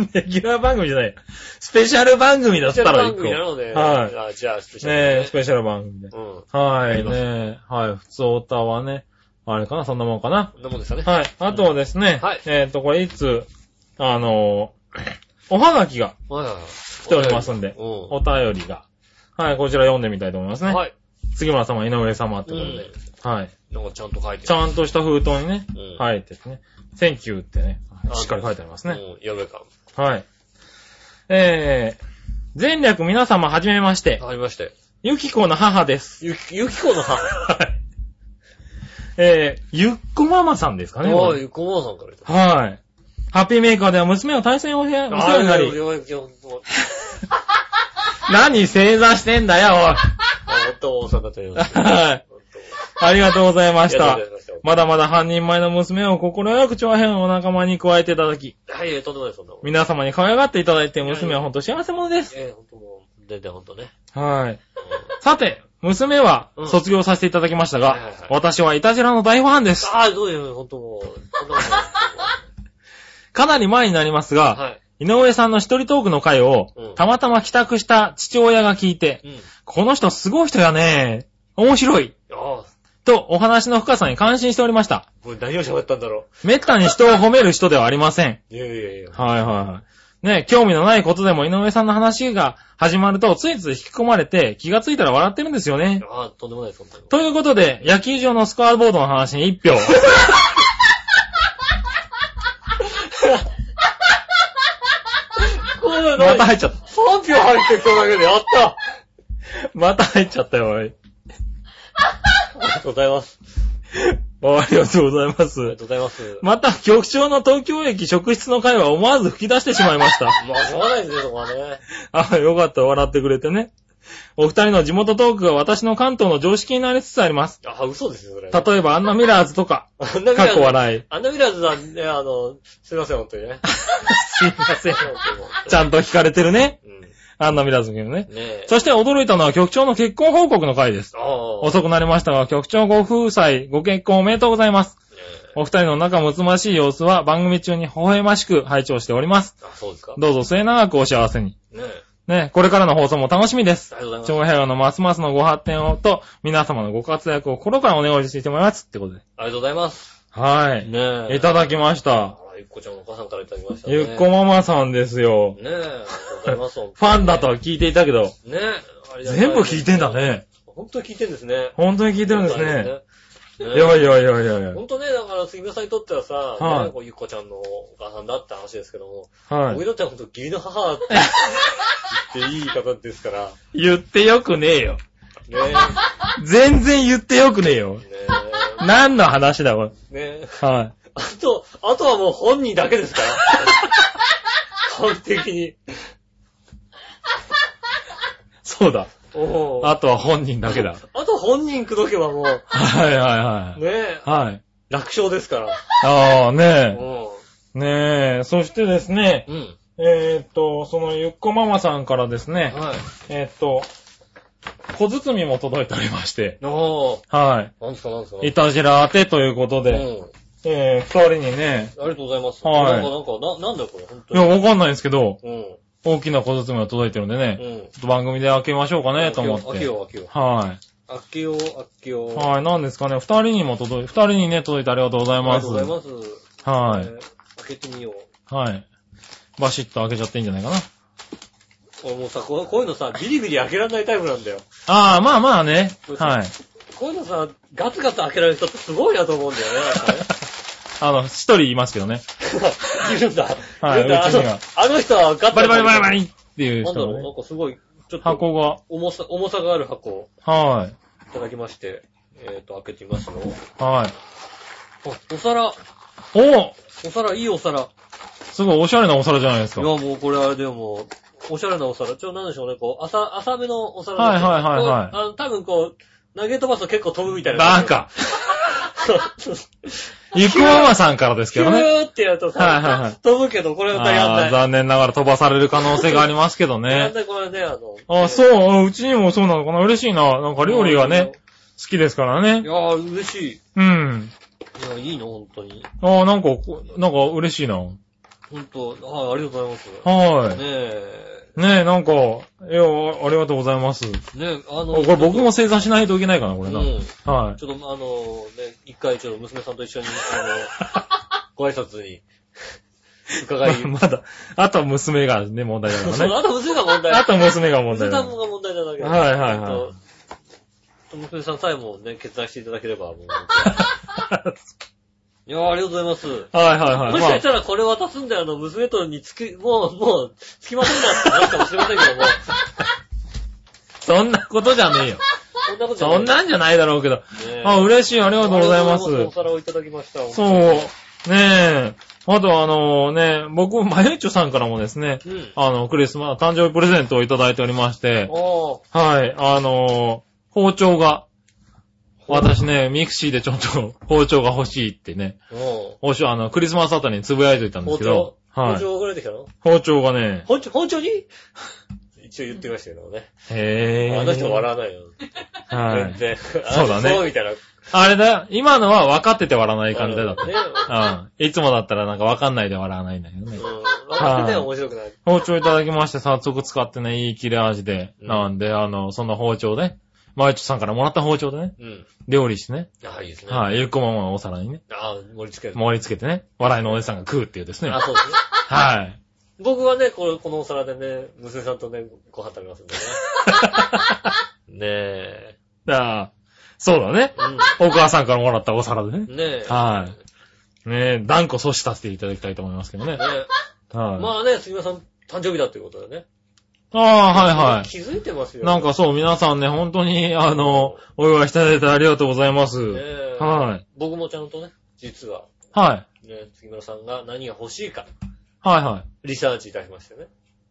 んで。 レギュラー番組じゃない。スペシャル番組だっスペシャたルら番1個。組なので、はい。あじゃあ、スペシャルねえ、スね。ペシャル番組で。うん。はやいりますね。はい、普通オタはね、あれかな、そんなもんかな。こんなもんですかね。はい、あとはですね、はいえっと、これいつ、あのー、おはがきがはいはいはい。来ておりますんで、うお便りが。はい、こちら読んでみたいと思いますね。ん。はい。杉村様、井上様ってことで。うはい。ん。なんかちゃんと書いてちゃんとした封筒にね、うん書いててね。センキューってねあ、しっかり書いてありまする。ね。うん。やるか。はい。えー、全略皆様はじめまして、わかりましたよ。 ゆきこの母です。 ゆき、ゆきこの母。はい。えー、ゆっこママさんですかね。あこあ、れゆこまさんから言った。はい。ハッピーメーカーでは娘を対戦をお世話お世話になあいり、やいやいやほんと何正座してんだよ、あほんと大阪と言いおい。 ます。はい。ほんとありがとうございましあたりがとう。ございままだまだ半人前の娘を心よく長編お仲間に加えていただき、した。はい、とんでもないです、そんなもん。皆様に可愛がっていただいて娘はほんと幸せ者です。ええ、ほんともう、全然ほんとね。はい。さて、娘はうん卒業させていただきましたはいはいがはい、私はいたじらの大ファンです。 ああ、どういう、ほんともう、そんなもんかなり前になりますが、はい。井上さんの一人トークの回をうん、たまたま帰宅した父親が聞いて、うん。この人すごい人やね面白いああ、とお話の深さに感心しておりました。これ何を喋ったんだろめったに人を褒める人ではありません。う。いやいやいや。はいはいはい。ね、興味のないことでも井上さんの話が始まるとついつい引き込まれて気がついたら笑ってるんですよね。ああ、とんでもないです、ほんとに。ということで、野球場のスコアボードの話 に一票。こういうまた入っちゃった。 3票入ってきただけで、やった また入っちゃったよ、おあい。りがとうございます。ありがとうございまありがす。とうございます。また、局長の東京駅職室の会は思わず吹き出してしまいました。 まあ、しょうがないですね、そこはね。あ、よかった、笑ってくれてね。お二人の地元トークが私の関東の常識になりつつあります。あ、嘘ですよ、それ。例えば、アンナミラーズとか、あんな過ミラー去ズ笑い。あんなミラーズさんね、あの、すいません、本当にね。すいません。ちゃゃんと聞かれてるね。うん。ねアンナミラーズ君ね。え。そして驚いたのは局長の結婚報告の回です。ああ。遅くなりましたが、局長ご夫妻、ご結婚おめでとうございます。ねえお二人の仲睦ましい様子は番組中に微笑ましく拝聴しております。あ、そうですか。ねどうぞ末永くお幸せに。え。ありね、これからの放送も楽しみです。がとうございます。長平和のますますのご発展をと、皆様のご活躍を心からお願いしてもらいますってことで。ありがとうございます。はい。ねえ。いただきました。あらゆっこちゃんのお母さんからいただきましたね。ゆっこママさんですよ。ねえ。ありがとうございます。フファンだと。は聞いていたけど、ねえ。ありがとうございます全部聞いてんだ。ね。本当に聞いてんですね。本当に聞いてるんですね。ねいやいやいやいやいや。ほんとね、だから杉村さんにとってはさ、はいねこうゆっこちゃんのお母さんだって話ですけども、は僕いに。とってはほんと義理の母って言っていい言い方ですから、ね言ってよくねえよ。 え、ね全然言ってよくねえよ。何の話だ、これ。え、ねえ、はあと、あとはもう本人だけですから。完璧に。い。そうだ。おうあとは本人だけだ。あと本人口説けばもう、ねはいはいはい。え、はい。楽勝ですから。ああ、ねおうえ。ねえ。そしてですね、うん。えーっと、そのゆっこママさんからですね、はい。えーっと、小包も届いておりまして、おーはなんですかなんですかい。いたじら当てということうで、ん。えー、二人にね、ありがとうございます。はないんか、なんか、な、なんだよこれ、ほんといや、に。わかんないんですけど、うん。大きな小包が届いてるんでうね、んちょ。っと番組で開けましょうかね、と思っ開けて。よう、開けよう。は開けよう、開けよう。い。あはい、なんですかね、二人にも届い、二人にね、届いてありがとうございりがまとす。うございます。はねい。開けてみよう。はい。バシッと開けちゃっていいんじゃないかな。俺もうさ、こうこういうのさ、ビリビリ開けられないタイプなんだよ。ああ、まあまあね。はい。こういうのさ、ガツガツ開けられる人ってすごいなと思うんだよ ね。なんかねあの、一人いますけどね。いるんだ。はいるんだうちにはあのあの人はガツバリバリバリバリリっていうなんだ人ろがう、なね。んかすごい、ちょっと、箱が。重さ、重さがある箱をはいただきまして、えっと、開けてみますよ。い。あ、はい。お皿、おお皿、いいお皿。すごいおしゃれなお皿じゃないですいか。や、はいもうこれあれでもう、おしゃれなお皿。ちょ、なんでしょうね、こう、浅、浅めのお皿はいはいはいはいこうあの、多分こう、投げ飛ばすと結構飛ぶみたいな。バ カ。そうそうゆくママさんからですキュけどね。ーってやるとさ、はいはいはい飛ぶけど、これまたやんあなーい。残念ながら飛ばされる可能性がありますけどやんね。ない、これね、あの。あ、う。そう、うちにもそうなのかな。嬉しいな。なんか料理がね、。好きですからいね。やー、嬉しい。いうん。や、いいの、本当に。ああ、なんか、こなんか嬉しいな。本当はい、ありがとうございます。はねえ、い。ねえ、なんか、いや、ありがとうございます。ねえ、ああの、これ僕も正座しないといけないかな、これな。うんはい。ちょっと、あの、ね、一回、ちょっと娘さんと一緒に、 あの、ご挨拶に、伺い、まだ、あとは娘がね、問題だかそらうね。あと娘が問題。あとは娘が問娘題さだんかが問題なだけではいはいはいちょっと娘さんさえもね、決断していただければ、もう。いやーありがとうございます。ら。はいはいはもい。しまかしたらこれ渡すんで、あの、娘とにつき、もう、もう、つきませんなってなるかもしれませんけども、 あそんなことじゃねえよ。本んなことじゃそんなんじゃないだろうけど。ねえあ、嬉しい。ありあがとうございまりがとうござおす。皿をいただきました。そう。ねえ。あとあのね、僕、まゆっちょさんからもですね、う。うん。あの、クリスマス、誕生日プレゼントをいただいておりまして、おー。はい、あの包丁が、私ね、ミクシーでちょっと包丁が欲しいってね、おー。包丁、あの、クリスマスあたりにつぶやいといたんで包すけど丁、包はい。丁送られてきたの包丁がね、包丁、包丁に一応言ってましたけどね。へぇー。あの人笑わないよ。は全い。 然。そううだねそうみたいな。あれだよ、今のは分かってて笑わない感じだっね。た。うん。いつもだったらなんか分かんないで笑わないんだけどねう。ん。あれね、面白くない。包丁いただきまして、早速使ってね、いい切れ味で。うんなんで、あの、その包丁ね、マイチョさんからもらった包丁でね、うん。料理してね、ああ、いいですね。はい、ゆっこままのお皿にね、ああ、盛り付ける。盛り付けてね、笑いのおじさんが食うっていうですね。あそうですね。はい。僕はね、このこのお皿でね、娘さんとね、ご飯食べますんで ね。ねえ。だからそうだね。お母さんからもらったお皿でねう。ん。ねえ。はねえ、断固阻止させていただきたいと思いますけどね。ねはい。えまあね、杉村さん、誕生日だっていうことでね。ああ、はいはい。気づいてますよ。なんかそう、皆さんね、本当に、あの、お祝いしていただいてありがとうございます。ねえ。はい。僕もちゃんとね、実は、はい。ね、杉村さんが何が欲しいか、はいはい。リサーチいたしましてね。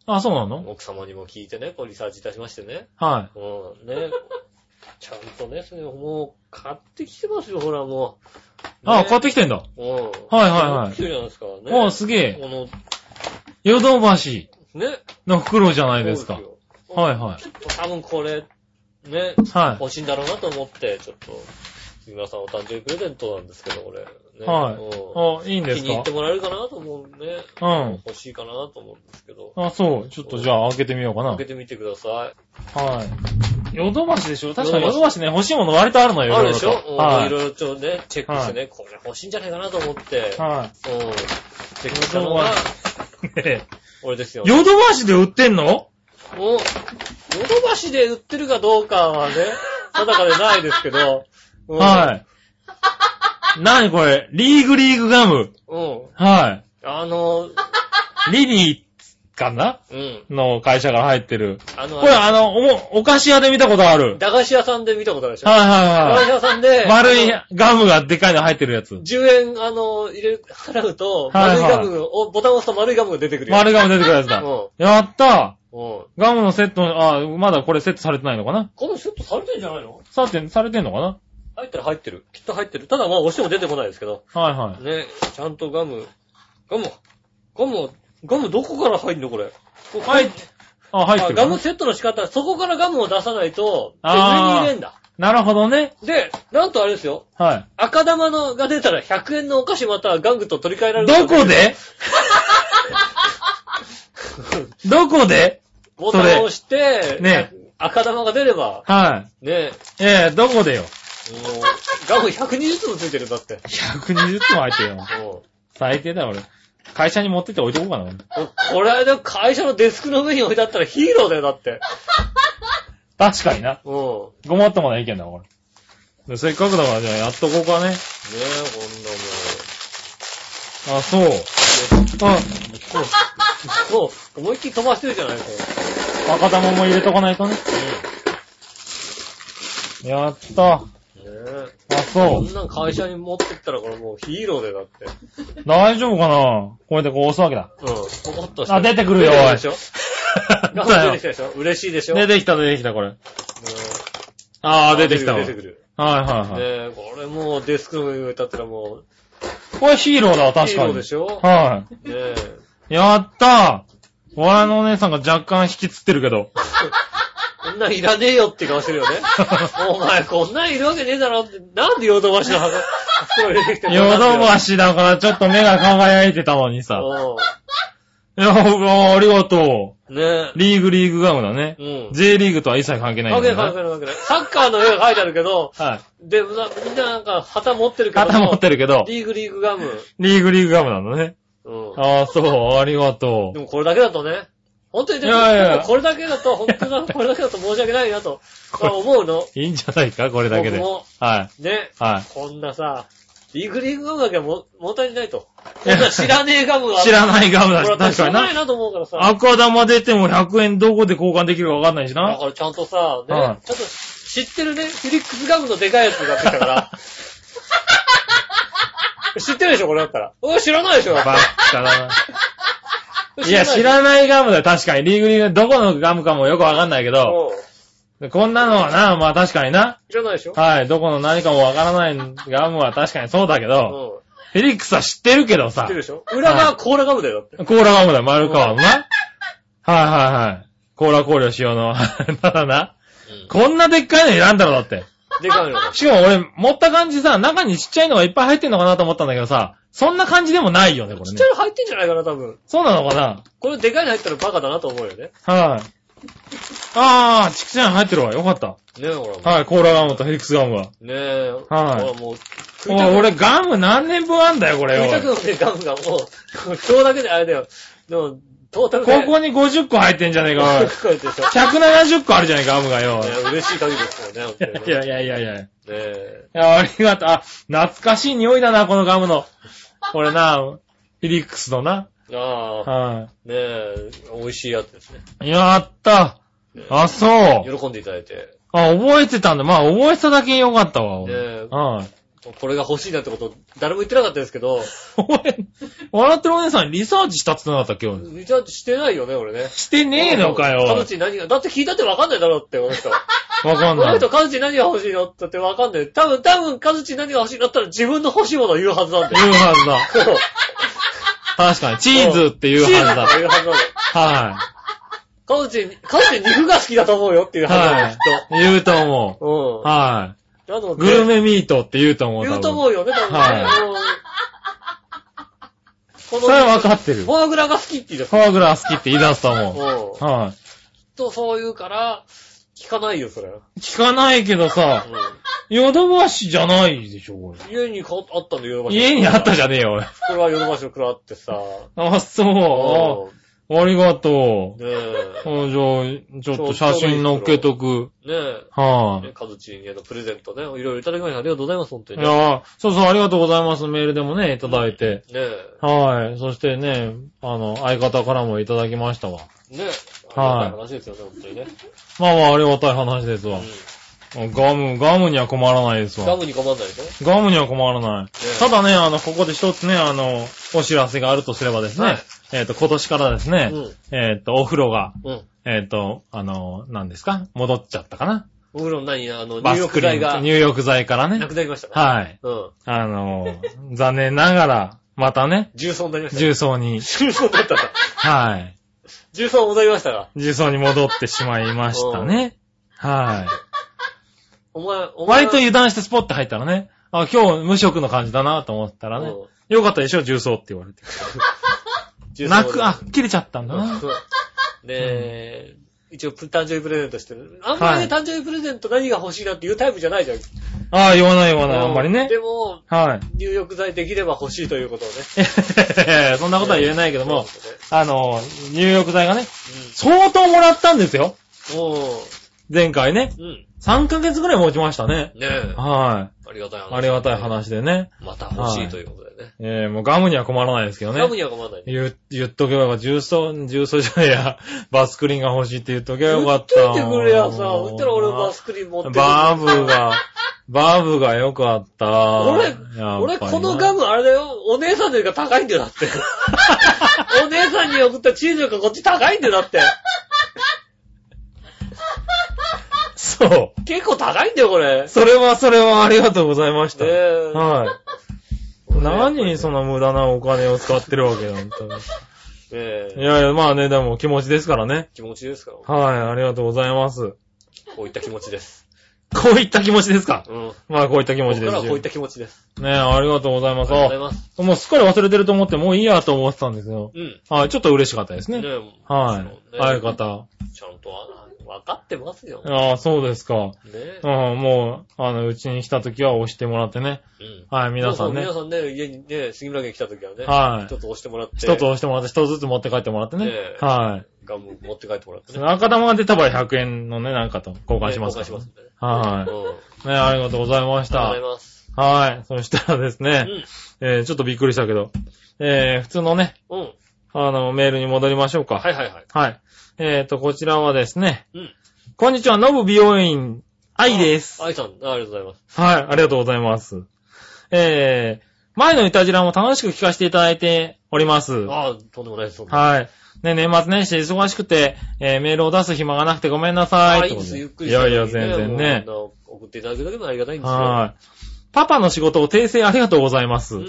あ、そうなの奥様にも聞いてね、こうリサーチいたしましてね。はうん、 ね。ちゃんとね、それをもう、買ってきてますよ、ほら、もい。う。。あ、買っててきてんだ。うん。はいはいはい買ってきてるじゃないですか。ね。おすげえ。この、ヨドバシね。の袋じゃないですか。そうですよはいはいちょっと多分これ、ね、は欲しいんだろうなと思って、ちょっと、杉村さんお誕生日プレゼントなんですけど、これ。ね、はいうんい。あ、いいんで気すに入かってもらえるかなと思うんで、うん。欲しいかなと思うんですけど。あ、そう。ちょっとじゃあ開けてみようか開なけ。てみてくださはい。ヨドバシでしょ確かにヨヨドドババシね、欲しいもの割とあるのい。よ。あるでしょ色々とうんはいろいろとね、チェックしてね、これ欲しいんじゃないかなと思って、い。はうん。チェックしたのが、い。ね え俺ですよ。ヨドバシで売ってんのおヨドバシで売ってるかどうか はね、定かでないですけど、うんはい。なにこれリーグリーグガム。うん。はあの、い。リリーかなうん。の会社から入ってる。あの、これあの、おも、お菓子屋で見たことある。駄菓子屋さんで見たことあるでしょはい駄は菓い子は屋さんで、い。丸いあのガムがでかいの入ってるやつ。 10円、あの、入れる、払うと、はい丸はいいガムを、ボタンを押すと丸いガムが出てくるよ。丸いガム出てくるやつだ。うん。やったうん。ーガムのセット、あ、まだこれセットされてないのかなこのセットされてんじゃないのさて、されてんのかな入ったら入ってる。きっと入ってる。ただまあ押しても出てこないですけど。はいはい。ね、ちゃんとガム、ガム、ガム、ガムどこから入んのこれ。こうはいあ、入ってあるガかムな。セットの仕方、そこからガムを出さないと、で上にあー入れんだ。なるほどね。で、なんとあれですよ。はい。赤玉のが出たら100円のお菓子またはガムと取り替えられる。どこ でどこでボタンを押して、ね赤玉が出れば、はい。ね、ええどこでよ。もうガム120粒ついてるんだって。 120つも入ってるよ。も最低だよ、俺。会社に持ってって置いておこうかな。うこれ間会社のデスクの上に置いてあったらヒーローだよ、だって。確かにな。うん。ねごもっともな意見だ、これ。でせっかくだから、じゃあやっとこえ、うかね。こんなもん。あ、そう。あ、 そう、思いっきり飛ばしてるじゃないですか。赤玉も入れとかないとね。やった。あ、ねえ。こそんなん会社に持ってったらこれもうヒーローでだって。う。大丈夫かなこうやってこう押すわけだ。うん。ポコッとして。あ、出てくるよ、出おでいし。ょガなんムだよ出てきたでしょ嬉しいでしょ出てきた、出てきた、これ。うんああ、出てきたわ。は出いてくる。はいはねい。え、これもうデスクの上に置いてあったらもこれヒーローだわ、う、確ヒーかローにで。しょはねえ。い。やったお笑いのお姉さんが若干引きつってる けど。こんなんいらねえよって顔してるよ ね。お前こんなんいるわけねえだろって。なんでヨドバシの箱、袋入れてきてヨドバシシだからちょっと目が輝いてたのにさ。いや、ほらありがとうん。ねう。リーグリーグガムだねえ。。うん。 J リーグとは一切関係ない関んだ係よない関係ない関ね。係ない。サッカーの絵が書いてあるけど、はい。で、みんなみんななんか旗持ってるけど。肩持ってるけど、リーグリーグガム。リーグリーグガムなんだね。うん。ああ、そう、ありがとでもこれだけだとね、本当にでもいやいやこれだけだと、本当になん かこれだけだと申し訳ないなと、まあ思うの。う。いいんじゃないか、これだけで。僕はいも。ね、はこんなさ、リーグリーグガムだけはも物足りないと。こんな知らねえガムが。い。知らないガムだこれはし、確しょうかにがないな。なと思うからさ。赤玉出ても100円どこで交換できるかわかんないしだな。からちゃんとさ、ね、はいちゃんと知ってるね。フィリックスガムのでかいやつがってきたから。知ってるでしょ、これだったら。おい、知らないでしょ。バッカ だな。いや、知ないらないガムだよ、確かに。リーグリーグ、どこのガムかもよくわかんないけでしど、ょ。うんこんなのはな、まあ確かにな。知らないでしょ。はい、どこの何かもわからないガムは確かにそうだけうど、ん。フェリックスは知ってるけど知っさて、るでしょ。裏側コーラガムだよ、だって。コーラガムだよ、丸川もな。はいはいはい。コーラ香料使用の。 ただな、こんなでっかいの選んだろ、だって。でかいの。しかも俺、持った感じさ、中にちっちゃいのがいっぱい入ってんのかなと思ったんだけどさ、そんな感じでもないよね、これちっねちゃい。の入ってんじゃないかな、多分。そうなのかなこれでかいの入ったらバカだなと思うよね。はい。あー、ちくちゃん入ってるわ。よかった。ねえ、ほら。はい、コーラガムとヘリックスガムが。ねえ。ほはいら、もう、食おいいたく俺ガム何年分あんだよ、これ食いたくよ。のね、ガムがもう、今日だけであれだよ。でも、トータルで。ここに50個入ってんじゃねえこ か、おい。うやってさ170個あるじゃねえか、ガムがよ。 ね嬉しい限りですよね、本当にねいやいやいやいや。いねえ。や、ありがとう。あ、懐かしい匂いだな、このガムの。俺な、フィリックスのな。ああ、はねえ、美味しいやつですね。い。やった。あ、そう。喜んでいただいて。あ、覚えてたんだ。まあ、覚えてただけよかったわ、ね俺。え、はい。これが欲しいなってこと、誰も言ってなかったですけど、俺、笑ってるお姉さんリサーチしたって言ってなかったっけ今日。リチャージしてないよね、俺ね。してねえのかよ。カおズいチ何が、だって聞いたってわかんないだろって、この人。わかんこのない。人、カズチ何が欲しいのって言ってわかんない。多分、多分、カズチ何が欲しいのだったら自分の欲しいものを言うはずなんだ言 よ。うはずだ。そう確かに、チーズって言うはずだ。チーズって言うはずなんだよ。はカズチ、カズチ肉が好きだと思うよっていうい。はずだよ、はきいっ。言うと思と。うう。ん。はなのでい。グルメミートって言うと思う。言うとう。思うよね、多分ね。はいうんこそれはわかってる。フォアグラが好きって言い出すフ。ォアグラ好きって言い出すと思うんう。。はと、そう言うから、聞かないよ、それ。うんい。聞かないけどさ、ヨドバシじゃないでしょ、これ。家にかあったんだよ、ヨドバシ。家にあったじゃねえよ、俺。これはヨドバシの蔵ってさ。あ、うそんう。ありがとう。ねえ。あじゃあ、ちょっと写真載っけとく。ねはいえ。、カズチンへのプレゼントね。いろいろいただきましてありがとうございます、本当にいね。ねやそうそう、ありがとうございます。メールでもね、いただいて。え。はい。そしてね、あの、相方からもいただきましたわ。ねえ。はいありがた話ですよね、本当にね。まあまあ、ありがたい話ですわ。うガム、ガムには困らないですん。ガわ。ムに困んないでしょガムには困らない。えただね、あの、ここで一つね、あの、お知らせがあるとすればですはねい、えっと、今年からですね、えっと、お風呂が、うん。うん。えっと、あの、何ですか戻っちゃったかな僕の何、あの、バ入スク浴リ剤ーがン、入浴剤からなねく。なりましたね。はい。うん。あの、残念ながら、またね、重曹になりましたね。重 曹に、重曹だったか。はい。重曹戻りましたが。重曹に戻ってしまいましたね。はい。お前、お前。割と油断してスポッて入ったらね、あ、今日無職の感じだなと思ったらね、うよかったでしょ、重曹って言われて。重曹泣く、あ、切れちゃったんだな。そうねえ、一応、プ誕生日プレゼントしてる。あんまりね、誕生日プレゼント何が欲しいなっていうタイプじゃないじゃん。ああ、言わない言わない、あんまりねで。も、はい。 入浴剤できれば欲しいということをね。そんなことは言えないけども、そうであの、入浴剤がね、す相当もらったんですよ。ねうん。も前回ね。う、うん。 3ヶ月ぐらい持ちましたね。ねえ。はありがたいい。話。ありがたい。話でね。また欲しいということでね。えー、もうガムには困らないですけどね。ガムには困らないね。言う、言っとけばよかった。重曹、重曹じゃねえや。 バスクリーンが欲しいって言っとけばよかった。言っといてくれやさ、言ったら俺バスクリーン持ってくるバブが、バブがよかった。俺やっぱり俺、なこのガム、あれだよ。お姉さんのよりが高いんだよ、だって。 お姉さんに送ったチーズよりかこっち高いんだよ、だって。そ結構高いんだよ、これ。う。それは、それはありがとうございました。ねえはい。何にそんな無駄なお金を使ってるわけなんだ。えいえやいや、まあね、でも気持ちですからね。気持ちですから、こはい、ありがとうございます。ういった気持ちです。こういった気持ちですかうん。まあ、こういった気持ち僕でからはこういっす。た気持ちです。ねえ、ありがとうございあまりす。がとうございます。もうすっかり忘れてると思って、もういいやと思ってたんですよ。うん。はい、ちょっと嬉しかったですねね。えはもちい。ろんね相方。ちゃんとは分かってますよ。ねああ、そうですか。えうん、。もう、あの、うちに来た時は押してもらってね。うん。はい、皆さんねそう。そう皆さんね、家にね、杉村家に来た時はね、はい一。つ押してもらって、一つ押してもらって、一つずつ持って帰ってもらってねね。えはガム持って帰ってもらってい。ね。赤玉が出た場合100円のね、なんかと交換しますね交換しからまねすんでね。うん。ありはいがとうね、ありがとうございましごたざい。ます。はい。そしたらですうね、ん。えーちょっとびっくりしたけど、えー普通のね、うん。あの、メールに戻りましょうか。はいはいはい。はい。えーと、こちらはですね、うんこんにちは、ノブ美容院愛です。愛さん、ありがとうございます。はい、ありがとうございます。えー、前のイタジラも楽しく聞かせていただいております。ああ、とんでもないです。そんなはい。ね、年末年始で忙しくて、えー、メールを出す暇がなくてごめんなさああい。っていこで、とですゆっくりいしたのやいにや、全然ね。もうあの送っていただくだけでもありがたいんですよ。はい。パパの仕事を訂正ありがとうございます。うん。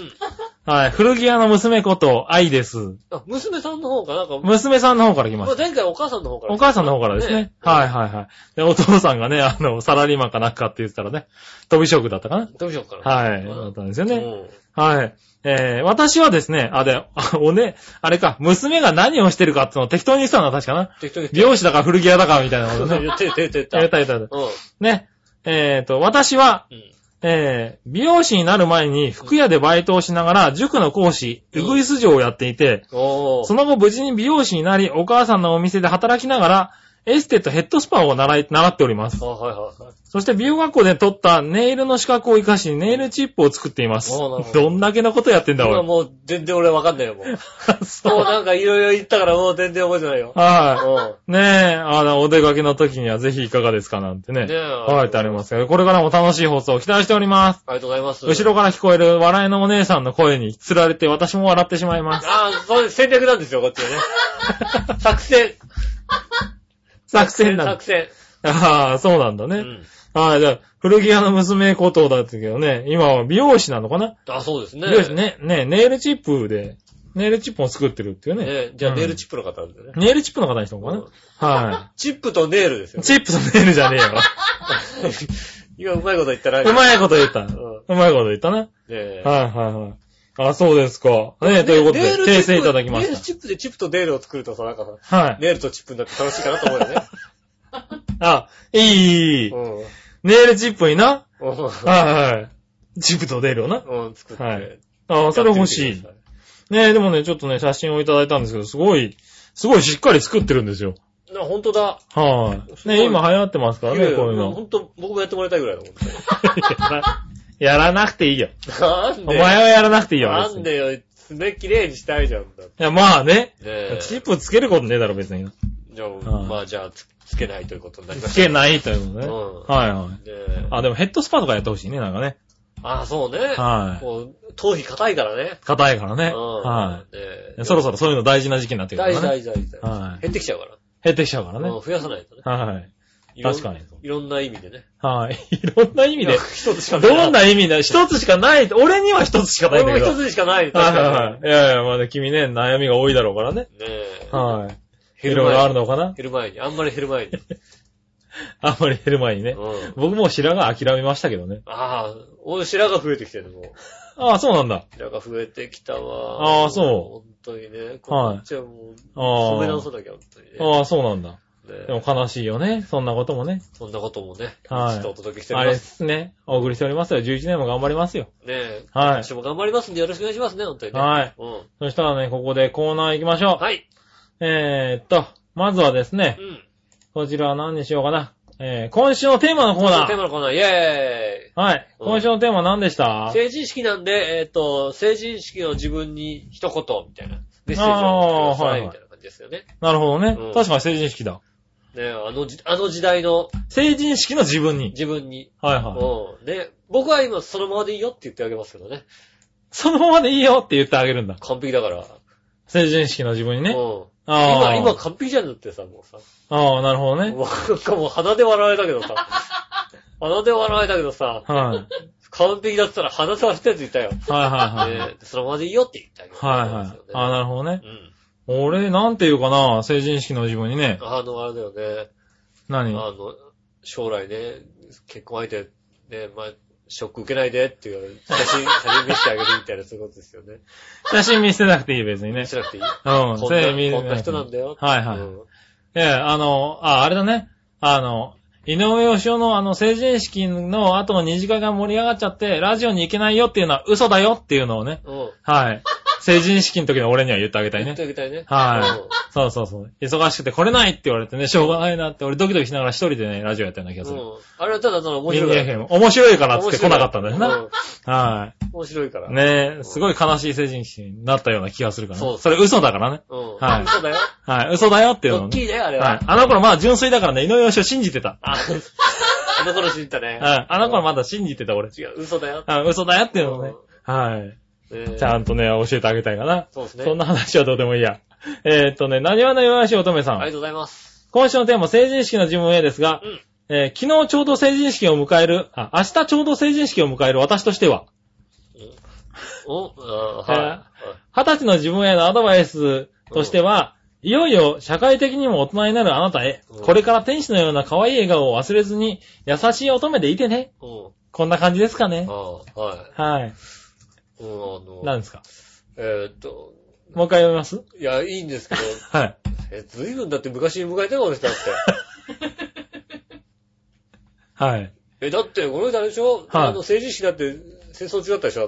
はい。古着屋の娘こと、愛です。あ、娘さんの方かなんか、娘さんの方から来ままあした。前回お母さんの方から。お母さんの方からですね。はいはいはい。で、お父さんがね、 あの、サラリーマンかなんかって言ってたらね、飛び職だったかな。い。どうしようかな。はい。うんだったんですようね。ん。はい。えー、私はですね、あ、で、 あおね、あれか、娘が何をしてるかっていうのを適当に言ってたのは確かな。適当に言って。美容師だか古着屋だかみたいなことね。言って、言って、言って。やりたいやりたいやりたい。うん。ね。えっ、と、私は、うん。えー、美容師になる前に服屋でバイトをしながら塾の講師、うんウグイス嬢をやっていて、おー。その後無事に美容師になり、お母さんのお店で働きながら、エステとヘッドスパを習い、習っております。あはいはいはい。そして美容学校で取ったネイルの資格を活かし、ネイルチップを作っていますおーなる。ほどどんだけのことやってんだ、今俺。もう全然俺わかんないよ、もう。も そうなんかいろいろ言ったからもう全然覚えてないよ う。。はうん。い。ねえ、あの、お出かけの時にはぜひいかがですかなんてね。ねえ書いてありますけど、これからも楽しい放送を期待しております。ありがとうございます。後ろから聞こえる笑いのお姉さんの声に釣られて私も笑ってしまいます。ああ、そういう戦略なんですよ、こっ ちはね。作戦。作戦なんだ作。戦。ああ、そうなんだね。うん。はい、じゃあ、古着屋の娘ことだったけどね、今は美容師なのかな、あそうですね。美容師ね、ね、ネイルチップで、ネイルチップを作ってるっていうね。ね。じゃあ、ネイルチッップの方なんだよね。プ。ネイルチップの方にしたのかな、はチップとネイルですよい。ね。チップとネイルじゃねえ今よ。うまいこと言ったら。うまいこと言った。んうまいこと言ったな。ねはいはいはい。あ、そうですか。ねということで、訂正いただきまネイルしチップでチップとネイルを作るとさ、なんかさ、た。はい。ネイルとチップになって楽しいかなと思うよね。あ、いいいいいい。ネイルチップにな。うはいはい。チップとネイルをな。ん。うん、作って。はいあ、それ欲しいやってみてくださ。ねえ、でもね、ちょっとね、写真をいただいたんですけど、すごい、すごいしっかり作ってるんですよ。い。な、本当だ。はい。すごいね今流行ってますからいやいね、やこういうほの。んと、僕もやってもらいたいぐらいだ もん。やら やらなくていいよ。なんおで前はやらなくていいよ。な別んにでよ、爪きれいにしたいじゃんだって。いや、まあね。ねえチップつけることねえだろ、別に。じゃあ、んまあじゃあつ、つけないということになりましつた。けないということね。うんはいはい。ねあ、でもヘッドスパとかやってほしいね、なんかね。ああ、そうね。はいもう、頭皮硬いからね。硬いからうね。ん。。はいねい。そろそろそういうの大事な時期になってくる大か事、らね。大事、大事。はい減ってきちゃうから。減ってきちゃうからね。うん増やさないとね。はい。いろん確かにいろんな意味でね。はい。いろんな意味いでや。一つしかない。どんな意味だ一つしかない。俺には一つしかない俺んだもけど。一つにしかない。はい確かにはいはい。いやいや、まだ君ね、悩みが多いだろうからね。ねえ。はい。い減る前にろいろあるのかな減る前に。あんまり減る前に。 あんまり減る前にね。うん。僕もう白髪諦めましたけどね。ああ、俺白が増えてきてるもう。ああ、そうなんだ。白が増えてきたわ。。ああそう本当にね。こっちはもう、ああ染め直さなきゃ、本当にね。ああ、そうなんだ。ねでも悲しいよね。そんなこともね。そんなこともね、はちょいっとお届けしておありれま。ですすね。お送りしておりますよ。11年も頑張りますよ。ねえ。はい私も頑張りますんでよろしくお願いしますね、本当にね。はい。うん。そしたらね、ここでコーナー行きましょう。はい。えーっと、まずはですねう、ん。こちらは何にしようかな。えー、今週のテーマのコーナテーー。マのコーナー、イェはい。うん今週のテーマは何でしたーイ成人式なんで、えっと、成人式の自分に一言、みたいな。メッセージを送ってくだあーはさい、いはいみたいな感じですよね。なるほどねうん。確かに成人式だ。ねえあのじ、あの時代の成人式の自分に。自分に。はいはい。うん。ね、僕は今そのままでいいよって言ってあげますけどね。そのままでいいよって言ってあげるんだ。完璧だから。成人式の自分にうんね。。あ今、あ。今完璧じゃんだってさ、もうさ。ああ、なるほどね。もうなんかもう鼻で笑われたけどさ。 鼻で笑われたけどさ。はい。はい完璧だったら話されてるやついたよ。はいはい。で、そのままでいいよって言ったけど。はいはい。ああ、なるほどねう。ん。俺、なんて言うかな、成人式の自分にね。あの、あれだよね。あ何あの、将来ね、結婚相手、ね、まあ、ショック受けないでっていう写 真、写真見せてあげるみたいなそういうことですよね。写真見せなくていい、別にね。しなくていいうん、こんな、せ見せこんな人なんだよ。はいはいうんええ、あの、あ、あれだね。あの、井上義雄のあの、成人式の後の二次会が盛り上がっちゃって、ラジオに行けないよっていうのは嘘だよっていうのをね。うん。はい。成人式の時の俺には言ってあげたい言ねって。あげたいね。はうんい。そうそうそう。忙しくて来れないって言われてね、しょうがないなって、俺ドキドキしながら一人でね、ラジオやってるような気がする。うん。あれはただただ面人白いから。間編。面白いからっつって面来白いなかったんだよな。うは面白いから。い。。ねえ、すごい悲しい成人式になったような気がするからねそうそれ嘘だからね。うん。はいそうだよ。はい。嘘だよっていうの大をね。きいね、あれはいは。。あの頃まあ純粋だからね、井上義を信じてた。ああの頃信じたね。はい。あの頃まだ信じてた俺。違う、嘘だよ。あ嘘だよっていうのをね。はい。ちゃんとね、教えてあげたいかな。そうですね。そんな話はどうでもいいや。えーっとね、何わの弱々しい乙女さありがん。とうございます。今週のテーマ、成人式の自分へですがう、ん。えー昨日ちょうど成人式を迎える、あ、明日ちょうど成人式を迎える私としては、お、あーはい。二十歳の自分へのアドバイスとしては、いよいよ社会的にも大人になるあなたへうん、これから天使のような可愛い笑顔を忘れずに、優しい乙女でいてね。うん。こんな感じですかねあ。あ、はい。はい。うん、あの、何ですかえーっと、もう一回読みますいや、いいんですけど、 はい。え、随分だって昔に迎えたよ、この人だ って。はい。え、だって、この人あれでしょ、あの、成人式だって、戦争中だったでしょだ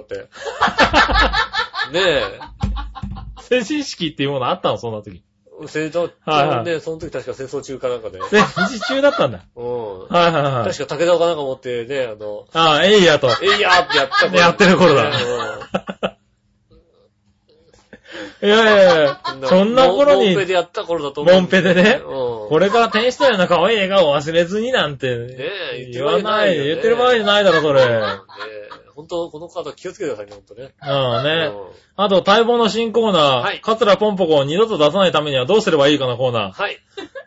っ て。ね成人式っていうものあったのそんな時。え。戦争、はいはいねその時確か戦争中かなんかで。うん。成人中だったんだ。はいはいはい確。か武田かなんか持ってね、あの、ああ、えいやと。えいやーってやった頃やってる頃だうんいやいやいや、そんな頃モンにモンペ、でやった頃だと思う。モンペでねうん。これから天使のような可愛い笑顔を忘れずになんねて、え、言わない、言ってる場合じゃいないだろ、それ。よね。ねえ本当この方気をつけてくださいね、本当ね。うんうね。んあと、待望の新コーナはいー、カツラポンポコを二度と出さないためにはどうすればいいかのコーナーはい。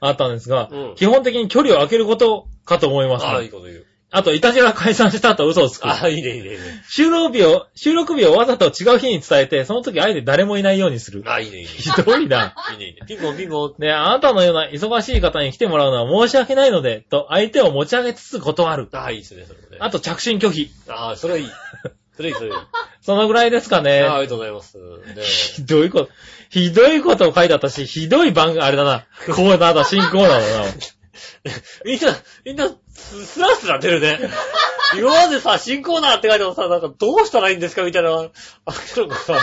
あったんですがうん、基本的に距離を空けることかと思いますああ、いいね。こと言う。あと、いたじら解散した後嘘をつく。ああ、いいね、いいね、いいね。収録日を、収録日をわざと違う日に伝えて、その時あえて誰もいないようにする。ああ、いいね、いいね。 ひどいな。いいね、いいね。ピンポン、ピンポン。ね、あなたのような忙しい方に来てもらうのは申し訳ないので、と相手を持ち上げつつ断る。ああ、いいですね、それもね。あと着信拒否。ああ、それはいい。それいい、それいい。そのぐらいですかあね。あ、ありがとうございます。ねひどいこと、ひどいことを書いてあったし、ひどい番、あれだな、コーナーだ、新コーナーだな。えみんな、みんな、すすらすら出る ね。今までさ、新コーナーって書いてもさ、なんかどうしたらいいんですかみたいな、あのがさ、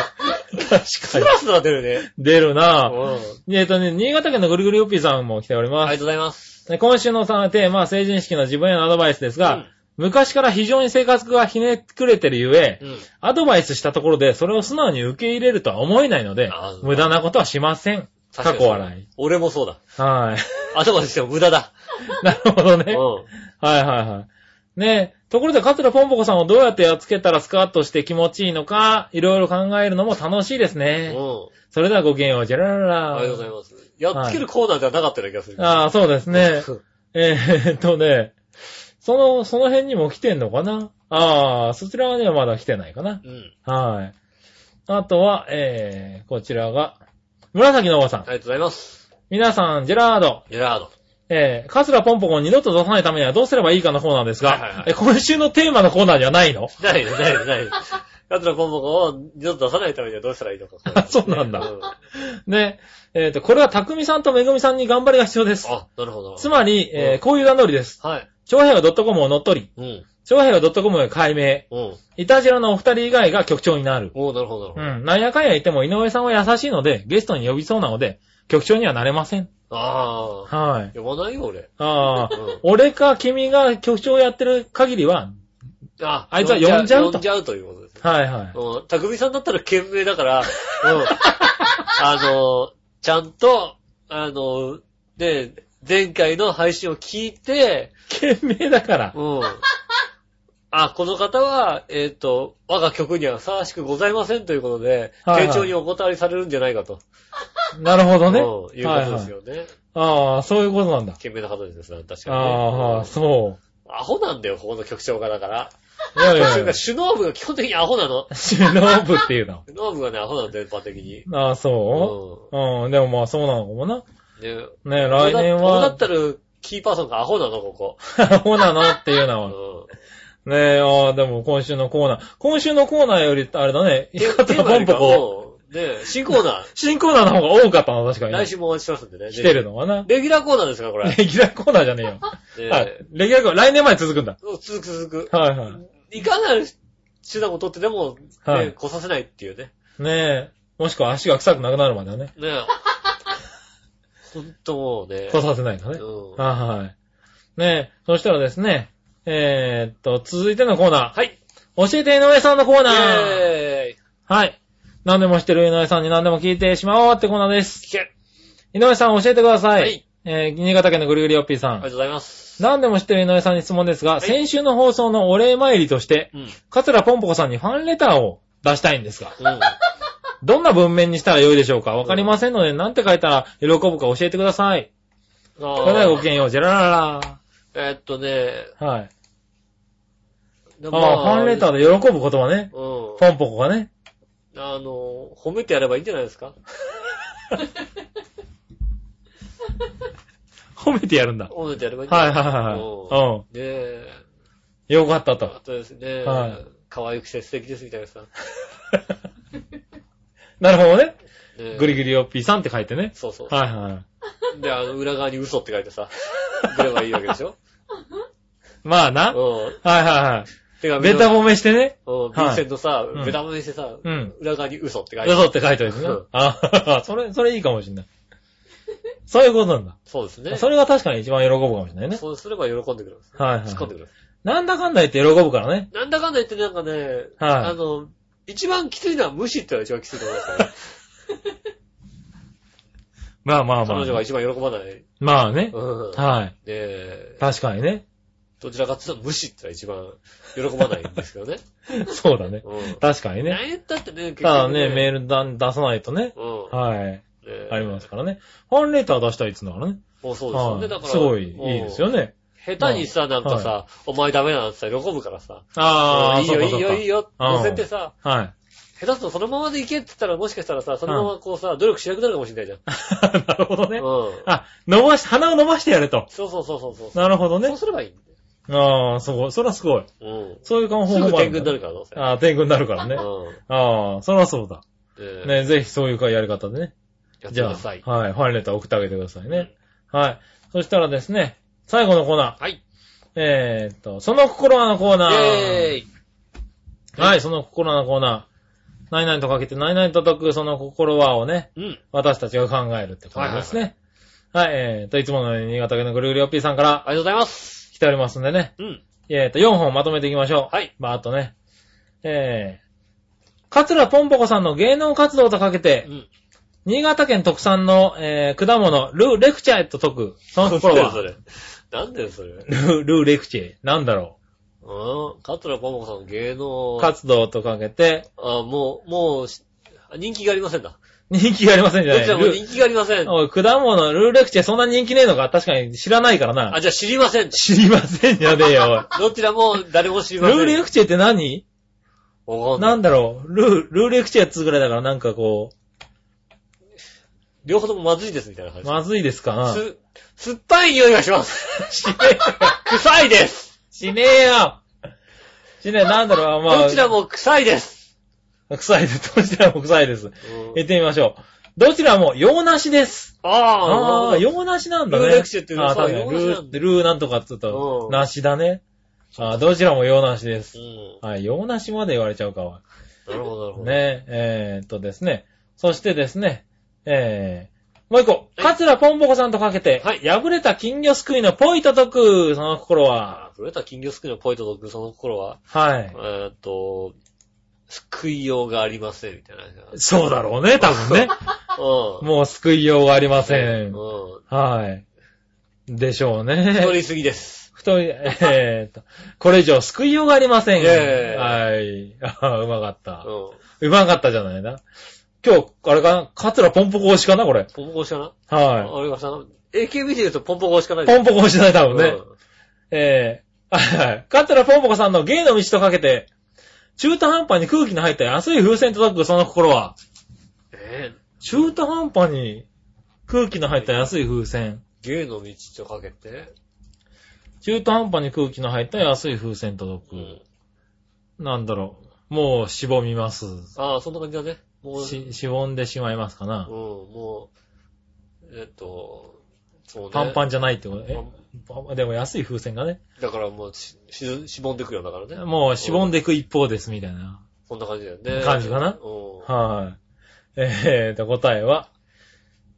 確かすに。らすら出るね。出るうなぁ。ん。えっとね、新潟県のぐるぐるよっぴーさんも来ておりありがまとうございます。す。で今週のさテーマは成人式の自分へのアドバイスですが、うん昔から非常に生活がひねくれてるゆえ、うん。アドバイスしたところでそれを素直に受け入れるとは思えないのであ、ー無駄なことはしません。過去笑い。俺もそうだ。はい。 あ、そうですよ、無駄だ。なるほどうね。ん。はいはいはい。ねえ、ところで、カツラポンポコさんをどうやってやっつけたらスカッとして気持ちいいのか、いろいろ考えるのも楽しいですね。うん。それではごきげんよう、じゃららあら。りがとうございます。やっつけるコーナーではなかったような気がする。ああ、そうですね。えーっとね、その、その辺にも来てんのかなああ、そちらはね、まだ来てないかな。うん。はい。あとは、えー、こちらが、紫のおばさんあ。りがとうございます。皆さん、ジェラード。ジェラード。えー、カスラポンポコを二度と出さないためにはどうすればいいかのコーナーですが、はいはいはいえ今週のテーマのコーナーじゃないのないです、ないです、ないです。やつらポンポコを二度と出さないためにはどうしたらいいのか。あ そうなんだね。えっ、と、これは匠さんとめぐみさんに頑張りが必要です。あ、なるほど。つまり、うえんー、こういう段取りです。はい。長平は .com を乗っ取り、うん。長平は .com へ解明、うん。いたじらのお二人以外が局長になる。おーなるほど、なるほうど。ん。なんやかんや言っても井上さんは優しいので、ゲストに呼びそうなので、局長にはなれません。ああ。はい。読まないよ、俺。ああうん、俺か君が局長をやってる限りは、ああいつは呼んじゃうと呼んじゃうということです。はいはい。うん。たくみさんだったら懸命だから、うん。 あの、ちゃんと、あの、ね、前回の配信を聞いて、懸命だから。うん。あ、この方は、えっ、と、我が曲にはふさわしくございませんということで、はいはい丁重にお断りされるんじゃないかと。なるほどね。うんいうことですよね。ああ、そういうことなんだ。懸命な方ですね、確かに、ね。ああ、そうんアホなんだよ、ここの局長がだから。う。いやいとやいいう やか、。首脳部が基本的にアホなの。シノブっていうの。首脳部がね、アホなの、全般的に。ああ、そうううん、でもまあそうなのかもな。ん。で、ね来年こうなはっ、たら、キーパーソンがアホなの、ここ。 そうなのっていうのうは。ん。ねえ、ああ、でも今週のコーナー。今週のコーナーより、あれだね、テ言いーマ方ポンポコ。よりかもね、新コーナー、新コーナーの方が多かったな、確かに。来週もお待ちしてますんでね。来てるのかな。レギュラーコーナーですから、こ れ。レギュラーコーナーじゃねえよ。ねはい。レギュラーコーナー、来年まで続くんだ。そう続く続く。はいはい。いかなる手段を取ってでも、はね、い来させないっていうね。ねえ、もしくは足が臭くなくなるまではね、ね え。ほんともうね。来させないのね。うんははいはい。ねえ、そしたらですね、えー、っと、続いてのコーナー。い。教えて井上さんのコーナー。イェーイ。はい。何でも知ってる井上さんに何でも聞いてしまおうってコーナーです。聞け。井上さん教えてください。はいえー、新潟県のぐりぐりおっぴーさ。ありがとうんございます。何でも知ってる井上さんに質問ですが、先週の放送のお礼参りとして、 うん。桂ぽんぽこさんにファンレターを出したいん ですが、うん。どんな文面にしたらよいでしょうかわかりませんので、なんて書いたら喜ぶか教えてください。それではごきげんよう、ジェララえーっとね、ラ。はい。でああ、ファンレターで喜ぶ言葉ね。うん。ぽんぽこがね。あの、褒めてやればいいんじゃないですか褒めてやるんだ。褒めてやればいいんじゃはいないはいですかはういんはねえ、い。うん。よかったとあ。 とですねはい、可愛くて素敵ですみたいなさ。ねなるほどね。えグリグリオッピーさんって書いてね。そうそう。はいはい。で、あの、裏側に嘘って書いてさ、くればいいわけでしょまあな。はいうん。はいはい。てか、ベタ褒めしてね。うん、はい便箋のさうん、ベタ褒めしてさうん、裏側に嘘って書いて嘘って書いてあるんですねうん。あそれ、それいいかもしんない。そういうことなんだ。そうですね。それが確かに一番喜ぶかもしれないね。そうすれば喜んでくれます。はいはい突っ込んでくれます。なんだかんだ言って喜ぶからね。なんだかんだ言ってなんかね、はいあの、一番きついのは無視ってのが一番きついと思いますからね。まあまあま彼女があ。一番喜ばない。まあね。うん。ねはい。え確かにね。どちらかっていうと無視ってのは一番喜ばないんですけどね。そうだね。うん。確かにね。何言ったってね、結ただね、メね、ールだ出さないとね。うん。はい。ねえありますからね。ファンレター出したいっつうんだからね。もうそうですよはね。だかい。ら。すごい、いいですよね。ね。下手にさ、なんかさ、お前ダメなんてさ、喜ぶからさ。ああ、いいよ、そういかいよ、いいよ。よ、うん乗せてさ、はい。 下手するとそのままでいけって言ったらもしかしたらさ、そのままこうさ、努力しなくなるかもしれないじゃん。なるほどね。うん。あ、伸ばし、鼻を伸ばしてやれと。そうそうそうそうそう。なるほどそねう。すればいいんだああ、すごい。そらすごい。よ。そういう方うん。法すぐもある天ん狗だになるから、どうせ。ああ、天狗になるからね。うああ、そらそうだ。ん。で、ね、ぜひそういうやり方でね。やってじくゃあ、ださはいい。。ファンレター送ってあげてくださいね。はい。そしたらですね、最後のコーナー。はい。えーっと、その心はのコーイナェーー。イはい、その心はのコーナー。何々とかけて、何々と解く、その心はをね、うん。私たちが考えるってことですね。はい、えーっと、いつものように新潟県のぐるぐるよっぴーさんからありがとうございます。来ておりますんでね。うん。えっ、と、4本まとめていきましょう。はい。まあ、あとね。えー、かつらぽんぽこさんの芸能活動とかけてう、ん。新潟県特産の、えー、果物、ルーレクチェーと解く。その心なんだは、よそれ。なんだよ、それ。うルー、ルーレクチェー。なんだろん。カトラポモコさんの芸う。能。活動とかけて、あ、もう、もうし、あ人気がありませんだ。人気がありませんじゃどないちらもル人気がありません。おい、果物、ルーレクチェーそんな人気ねえのか確かに知らないからあ、な。じゃあ知りません。知りませんじ ゃねえよ、どちらも誰も知りおまいせん。ルーレクチェーって何わかんなないんだろうルー、ルーレクチェーっつうぐらいだからなんかこ両方ともまずいです、みたいなう、話。まずいですかなす、酸っぱい匂いがし ます。しねえよ臭いです。しねえよしねえ、なんだろう、まあ。どちらも臭いです。臭いです。どちらも臭いです。うん行ってみましょう。どちらも洋梨です。ああああ、ー、洋梨なんだね。ルーレクチェっていうのはあーそう確かに洋梨なんルー、だルーなんとかって言ったらう、ん梨だね。あーどちらも洋梨でうす。ん。はい、洋梨まで言われちゃうかは。なるほど、なるほど。。ねえ、えーっとですね。そしてですね、えー、もう一個。はいカツラポンポコさんとかけて、はい破れた金魚すくいのポイと解く、その心は。あー、触れた金魚すくいのポイントと、その心は、はいえ。ーっと、救いようがありません、みたいな。そうだろうね、多分ね。うん。もう救いようがありませうんん。。はい。でしょ太うね。りすぎです。太り、えーっと、これ以上救いようがありませんイェーイはい。あーうまかっうんた。。うまかったじゃないな。今日、あれかなカツラポンポコ推しかなこれ。ポンポコ推しかなは。俺がさ、AKB で言うとポンポコ推しかないいポンポコ推しない多分ねう。んえー、はい。カツラポンポコさんの芸の道とかけて、中途半端に空気の入った安い風船届くその心は、えー中途半端に空気の入った安い風船。芸の道とかけて、中途半端に空気の入った安い風船届く。うん。なんだろう。もう、しぼみます。ああ、そんな感じだね。もう、し、しぼんでしまいますかなうん、。もう、えっと、そうね。パンパンじゃないってことパえンパでも安い風船がね。だからもうし、し、しぼんでくよ、だからね。もう、しぼんでいく一方です、みたいな。そんな感じだよね。感じかなうん。はい。えーと、答えは、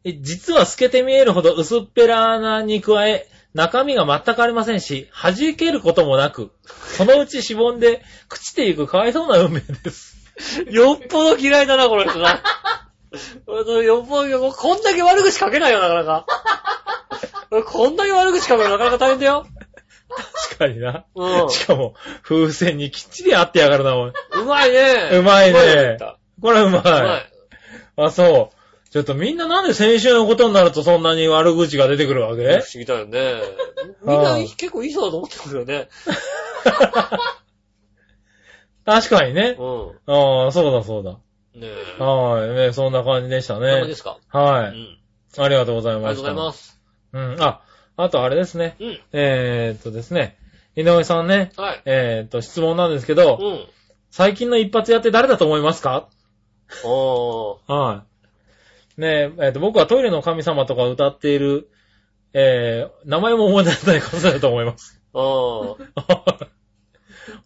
え実は透けて見えるほど薄っぺらなに加え、中身が全くありませんし、弾けることもなく、そのうちしぼんで、朽ちていくかわいそうな運命です。 よっぽど嫌いだな、この人な。俺のよっぽど、こんだけ悪口書けないよ、なかなか。俺こんだけ悪口書くのなかなか大変だよ。確かにな。うん。しかも、風船にきっちり合ってやがるな、おい。うまいね。うまいねうまかった。これはうまいうまい。あ、そう。ちょっとみんななんで先週のことになるとそんなに悪口が出てくるわ不け思議だよね。みんなあー結構いい人だと思ってくるよね。確かにね。うああ、そうだそうだ。ん。ねえ。はい、ね、そんな感じでしたどうでね。すかはうい。ん。ありがとうございありがとまうしございた。ます。うん。あ、あとあれですね。うん。えー、っとですね。井上さんね。はい。えー、っと、質問なんですけど、うん。最近の一発屋って誰だと思いますかおー。はい。ねえ、えーっと、僕はトイレの神様とか歌っている、えー、名前も思い出せない方だと思います。おー。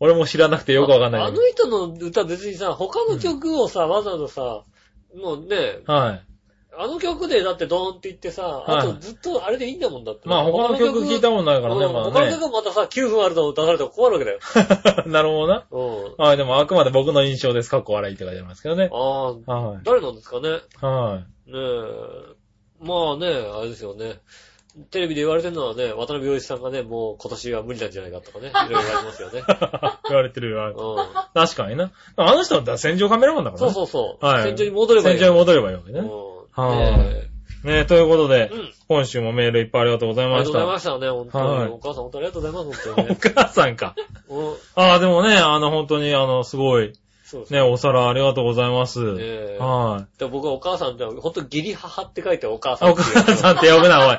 俺も知らなくてよくわかんなあいけの人の歌別にさ、他の曲をさ、わざわざさ、もうね、ど。はい。あの曲でだってドーンって言ってさ、はいあとずっとあれでいいんだもんだって。まあ他の曲聞いたもんもんないからね、ま他の曲もまたさ、9分あるのを出されても困るわけだよ。だ ね。なるほどな。うん。はい、でもあくまで僕の印象です。かっこ笑いって書いてありますけどね。あー、は誰なんですかね。い。はい。ねえ。まあね、あれですよね。テレビで言われてるのはね、渡辺洋一さんがね、もう今年は無理なんじゃないかとかね、いろいろ言われてますよね。言われてるよ。う 確かにな。あの人だったら戦場カメラマンだん。かそらうね。そうそう。はい戦場に戻ればいい。戦場に戻ればいいわけね。うん。ねねえ、ということでえ。う、ん。今週もメールいっぱいありがとうございありがまとうしございた。ましたね、本当はいに。お母さん本当にありがとうございます、本当おにね。母さんか。うん。ああ、でもね、あの、本当に、あの、すごい、そうですね。ね、お皿ありがとうございます。えはい。で僕はお母さんって、本当に義理母って書いてお母さんあ、っおていう。母さんって呼ぶな、おい。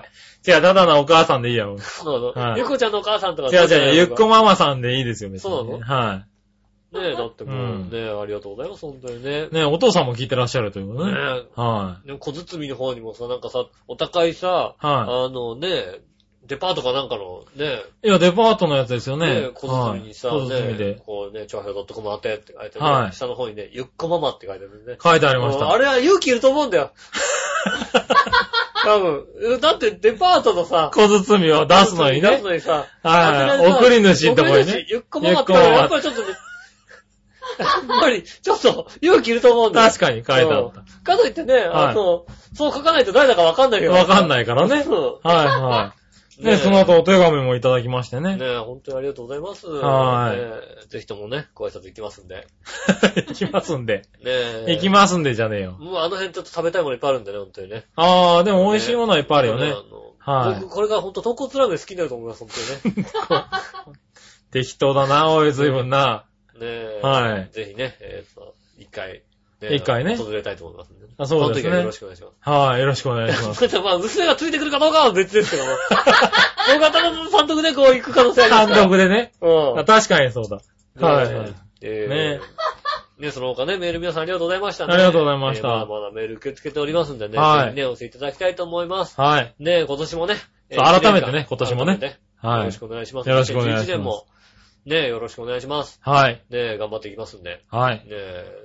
違う、ただのお母さんでいいや。おいそうなの。はいゆっこちゃんのお母さんとか。違う違う、ゆっこねママさんでいいですよ、別に。そうなのはえ、だってもうう、んねえ、ありがとうございます、本当にね。い。ね、お父さんも聞いてらっしゃるということねね。え。はい。でも小包の方にもさ、なんかさ、お高いさ、はあのね、デパートかなんかのね、い。いや、デパートのやつですよね。ね小包にさ、はい小包ねで、こうね、長平 .com あってって書いてあはる。い下の方にね、ゆっこママって書いてあるね。書いてありましうんあた。れは勇気いると思うんだ よ。多分。だってデパートのさ、小包を出すのに出ねす。のにさ、はいさすがにさ送り主のとこにね送り主ゆっこママってのはやっぱりちょっとね、やっぱり、ちょっと、勇気いると思うんだよ。確かに書いてあった。うんかといってね、あの、そう書かないと誰だかわかんないよ。わかんないからね。そはいはい。うね、その。後お手紙もいただきましてえね。ねえ、本当にありがとうございます。はいねえぜひともね、ご挨拶行きますんで。ね行きますんで。え。行きますんでじゃねえよ。もうあの辺ちょっと食べたいものいっぱいあるんでね、本当にね。あー、でも美味しいものはいっぱいあるよね。あのはい僕、これが本当豚骨ラーメン好きになると思います、本当にね。ね適当だな、おい、随分な。え。はい。ぜひね、えっと、一回。一回ね訪れたいと思いますんでね。あそうですねその時はよろしくお願いします。はい、よろしくお願いします。 まあ、娘がついてくるかどうかは別ですけども。 大型の単独でこう行く可能性あります単から。独でね。うあん。確かにそうだ。はいはい。えーね、その他ね、メール皆さんありがとうございましたね。ありがとうございましたえーまだまだメール受け付けておりますんでね、はいぜひね、お寄せいただきたいと思います。はい。ね、今年もね。えーそう改めてね一年間今年もね改めてよはろいし。くお願いします。よろしくお願いしま2011す年も、ね、よろしくお願いします。はい。ね、頑張っていきますんで。はい。ね、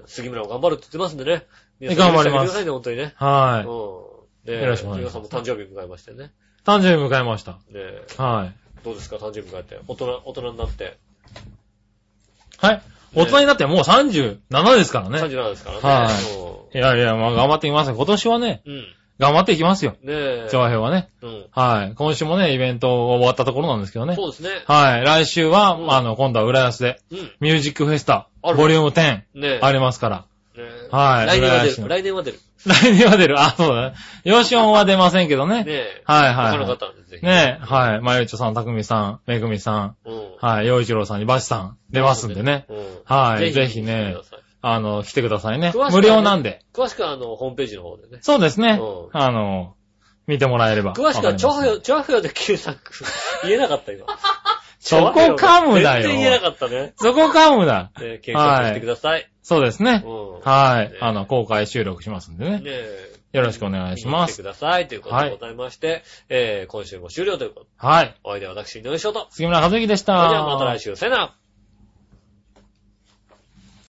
杉村も頑張るって言ってますんでね。え頑張りま皆さんしてくすださいね、本当にね。はい。うん。ね、よろしくお願いし皆ますさんも誕生日迎えましてね。誕生日迎えました。ね、はい。どうですか、誕生日迎えて。大人、大人になって。はい。大人になってもう37ですからね。 37ですからね。はいいやいや、まあ頑張っていきますよ。今年はね、うん。うん。頑張っていきますよ。ねえ。長平はね。うん。はい。今週もね、イベントが終わったところなんですけどね。そうですね。はい。来週は、うんあの、今度は浦安で、うん。ミュージックフェスタ、あるボリューム10、ねえ。ありますから。ねえはい来年は浦安出のる。来年は出る。来年は出る。あ、そうだね。ヨシオンは出ませんけどね。ねえ。はいわはかいらなかっはたんで、ぜい。ひ。ねえ、はい。まゆちょさん、たくみさん、めぐみさん、うん。はい、よういちろうさんにばしさん、出ますんでね。うん。はいぜひ来てくねださいあの、来てくださいね詳しくは。ね無料なんで。詳しくは、あの、ホームページの方でね。そうですねうん。あの、見てもらえれば。詳しくは、チョわかアりヘますヨ、チョアヘヨで検索。言えなかった、今。そこ噛むだよ全然言えなかったね。そこかむな。ねえ検索してください。そうですねう。ん。はいね。あの、公開収録しますんでね。ねえ。よろしくお願いし見まに来てす。ください。ということでございまして、えー、今週も終了ということで、はい。お相手は私、井上翔と。杉村和之でした。それではまた来週、さよなら。